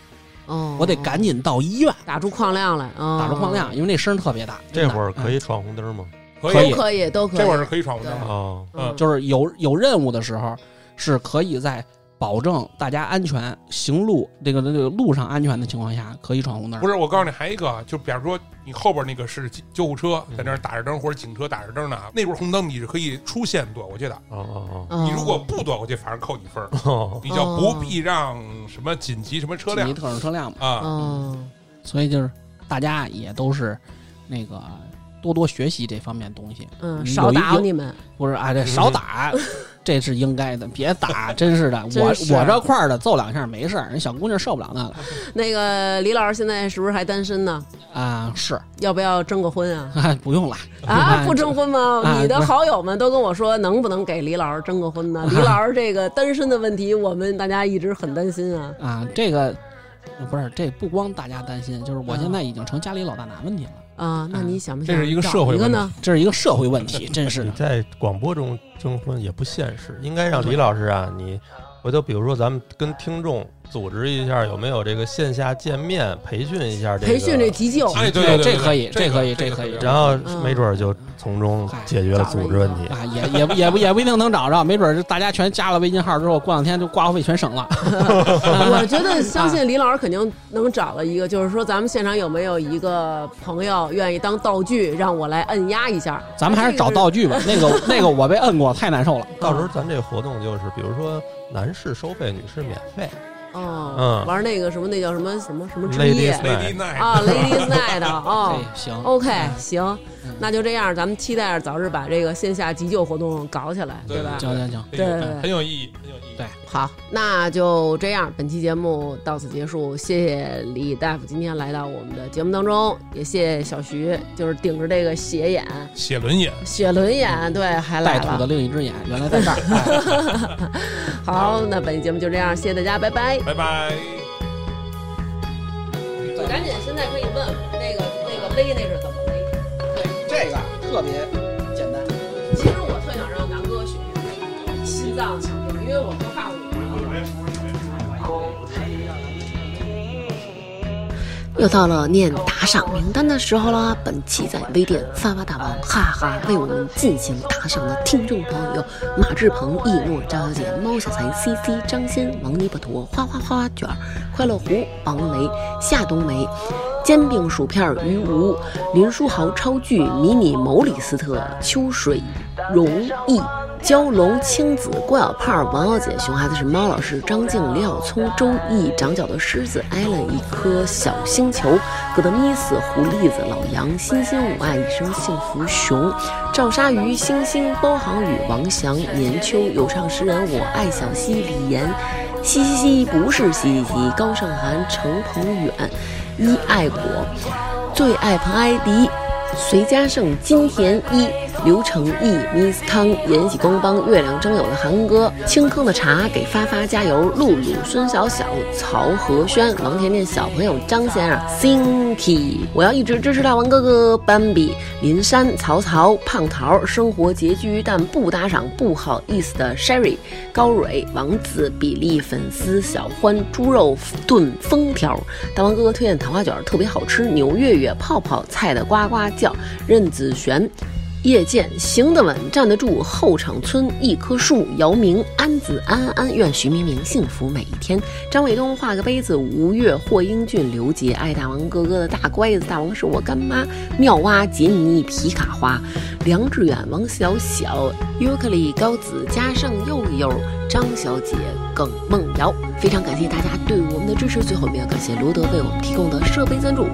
C: 哦、
E: 我得赶紧到医院
C: 打出矿量来，啊，
E: 打出矿量，因为那声儿特别大。
D: 这会儿可
E: 以，
D: 以闯红灯吗？
A: 可
E: 可
A: 以
E: 以啊
C: 都可以，都可以。
A: 这会儿是可以闯红灯
C: 对
A: 的。
D: 哦，
A: 嗯
E: 就是有有任务的时候，是可以在保证大家安全行路这个这个路上安全的情况下，可以闯红灯。
A: 不是，我告诉你，还有一个啊，就比方说你后边那个是急救护车
E: 嗯
A: 在那儿打着灯，或者警车打着灯呢，那边红灯你是可以出现躲过去的。
D: 哦哦
C: 嗯，
A: 你如果不躲过去，反而扣你分儿，
D: 哦哦，
A: 你就不必让什么紧急什么车
E: 紧急
A: 辆
E: 特种车辆嘛，
A: 啊，
C: 哦，
E: 所以就是大家也都是那个多多学习这方面东西，
C: 嗯，
E: 有
C: 少
E: 一
C: 打扰
E: 有
C: 你们，
E: 不是啊，这少打，这是应该的，别打，真是的，
C: 真
E: 我
C: 是
E: 我这块儿的揍两下没事儿，人小姑娘受不了那个
C: 那个李老师现在是不是还单身呢？
E: 啊，是
C: 要不要征个婚啊？
E: 不用了
C: 啊，不征婚吗？
E: 啊
C: 你的
E: 不是
C: 好友们都跟我说，能不能给李老师征个婚呢？李老师这个单身的问题，我们大家一直很担心啊。
E: 啊，这个不是这不光大家担心，就是我
C: 啊
E: 现在已经成家里老大难问题了，
C: 啊，那你想不想
A: 这是一个社会
C: 找一个
A: 问题
C: 呢？
E: 这是一个社会问题，真是
D: 你
E: 的。
D: 在广播中征婚也不现实，应该让李老师啊，你回头比如说咱们跟听众组织一下，有没有这个线下见面培训一下这个
C: 培训这嗯急救，
A: 哎，对对，
E: 对哦这可以
A: 这
E: 这可以
A: 这
E: 这可以
D: 然后没准儿就从中解决了组织问题。
C: 嗯
E: 啊，也也不也不也不一定能找着，没准儿就大家全加了微信号之后，过两天就挂号费全省了。
C: 我觉得相信李老师肯定能找到一个。就是说，咱们现场有没有一个朋友愿意当道具，让我来摁压一下？
E: 咱们还是找道具吧，那个那个我被摁过，太难受了。
D: 到时候咱这活动就是，比如说男士收费，女士免费，
C: 哦
D: 嗯，
C: 玩那个什么，那叫什么什么什么之
D: Ladies
C: 夜
A: Lady Night
C: 啊，Ladies Night 哦
E: 这。哎行
C: OK，行，那就这样，咱们期待着早日把这个线下急救活动搞起来，
A: 对
C: 吧？
E: 行行行，
A: 对
C: 对对对
A: 很有意义，很有意义。
C: 好，那就这样，本期节目到此结束。谢谢李大夫今天来到我们的节目当中，也谢谢小徐，就是顶着这个斜眼、
A: 写轮眼，
C: 雪轮眼，对，还
E: 带
C: 来
E: 土的
C: 了。
E: 另一只眼原来在这儿。哎
C: 好，那本期节目就这样，谢谢大家，拜拜。
A: 拜拜。
C: 就赶紧，现在可以问那个那个勒那是怎么勒？
E: 这个特别简单。
C: 其实我特想让南哥学学心脏强壮，因为我特怕我。
F: 又到了念打赏名单的时候啦！本期在微店发发大王哈哈为我们进行打赏的听众朋友有马志鹏、易诺、赵小姐、猫小财、C C、张鑫、王尼巴陀、花花花花卷儿、快乐狐、王雷、夏冬梅、煎饼薯片儿于无、林书豪、超巨、迷你某里斯特、秋水容易。蛟龙、青子、郭小胖、王小姐、熊孩子是猫老师、张静、李小聪、周易、长角的狮子、艾伦、一颗小星球、葛德米斯、狐狸子、老杨、欣欣我爱一生幸福熊、赵鲨鱼、星星、包航宇、王翔、年秋、有唱诗人、我爱小溪、李岩、嘻嘻嘻不是嘻嘻嘻、高胜涵、程鹏远、一爱果、最爱彭艾迪、随家胜、金田一、刘成义、Miss 康、延禧东帮、月亮争友的韩哥、青坑的茶、给发发加油、露露、孙小小、曹和轩、王甜甜、小朋友张先生、Sinky，我要一直支持大王哥哥、斑比、林珊、曹操、胖桃、生活拮据但不打赏不好意思的 Sherry、高蕊、王子、比利粉丝小欢、猪肉炖封条、大王哥哥推荐糖花卷儿特别好吃，牛月月、泡泡、菜的呱呱叫、任子璇。叶剑行得稳，站得住。后场村一棵树，姚明、安子安安安，愿徐明明幸福每一天。张卫东画个杯子，吴越、霍英俊、刘杰，爱大王哥哥的大乖子，大王是我干妈。妙蛙、杰尼、皮卡花，梁志远、王小小、尤克里、高子、加上佑佑、张小姐、耿梦瑶。非常感谢大家对我们的支持。最后，我们要感谢罗德为我们提供的设备赞助。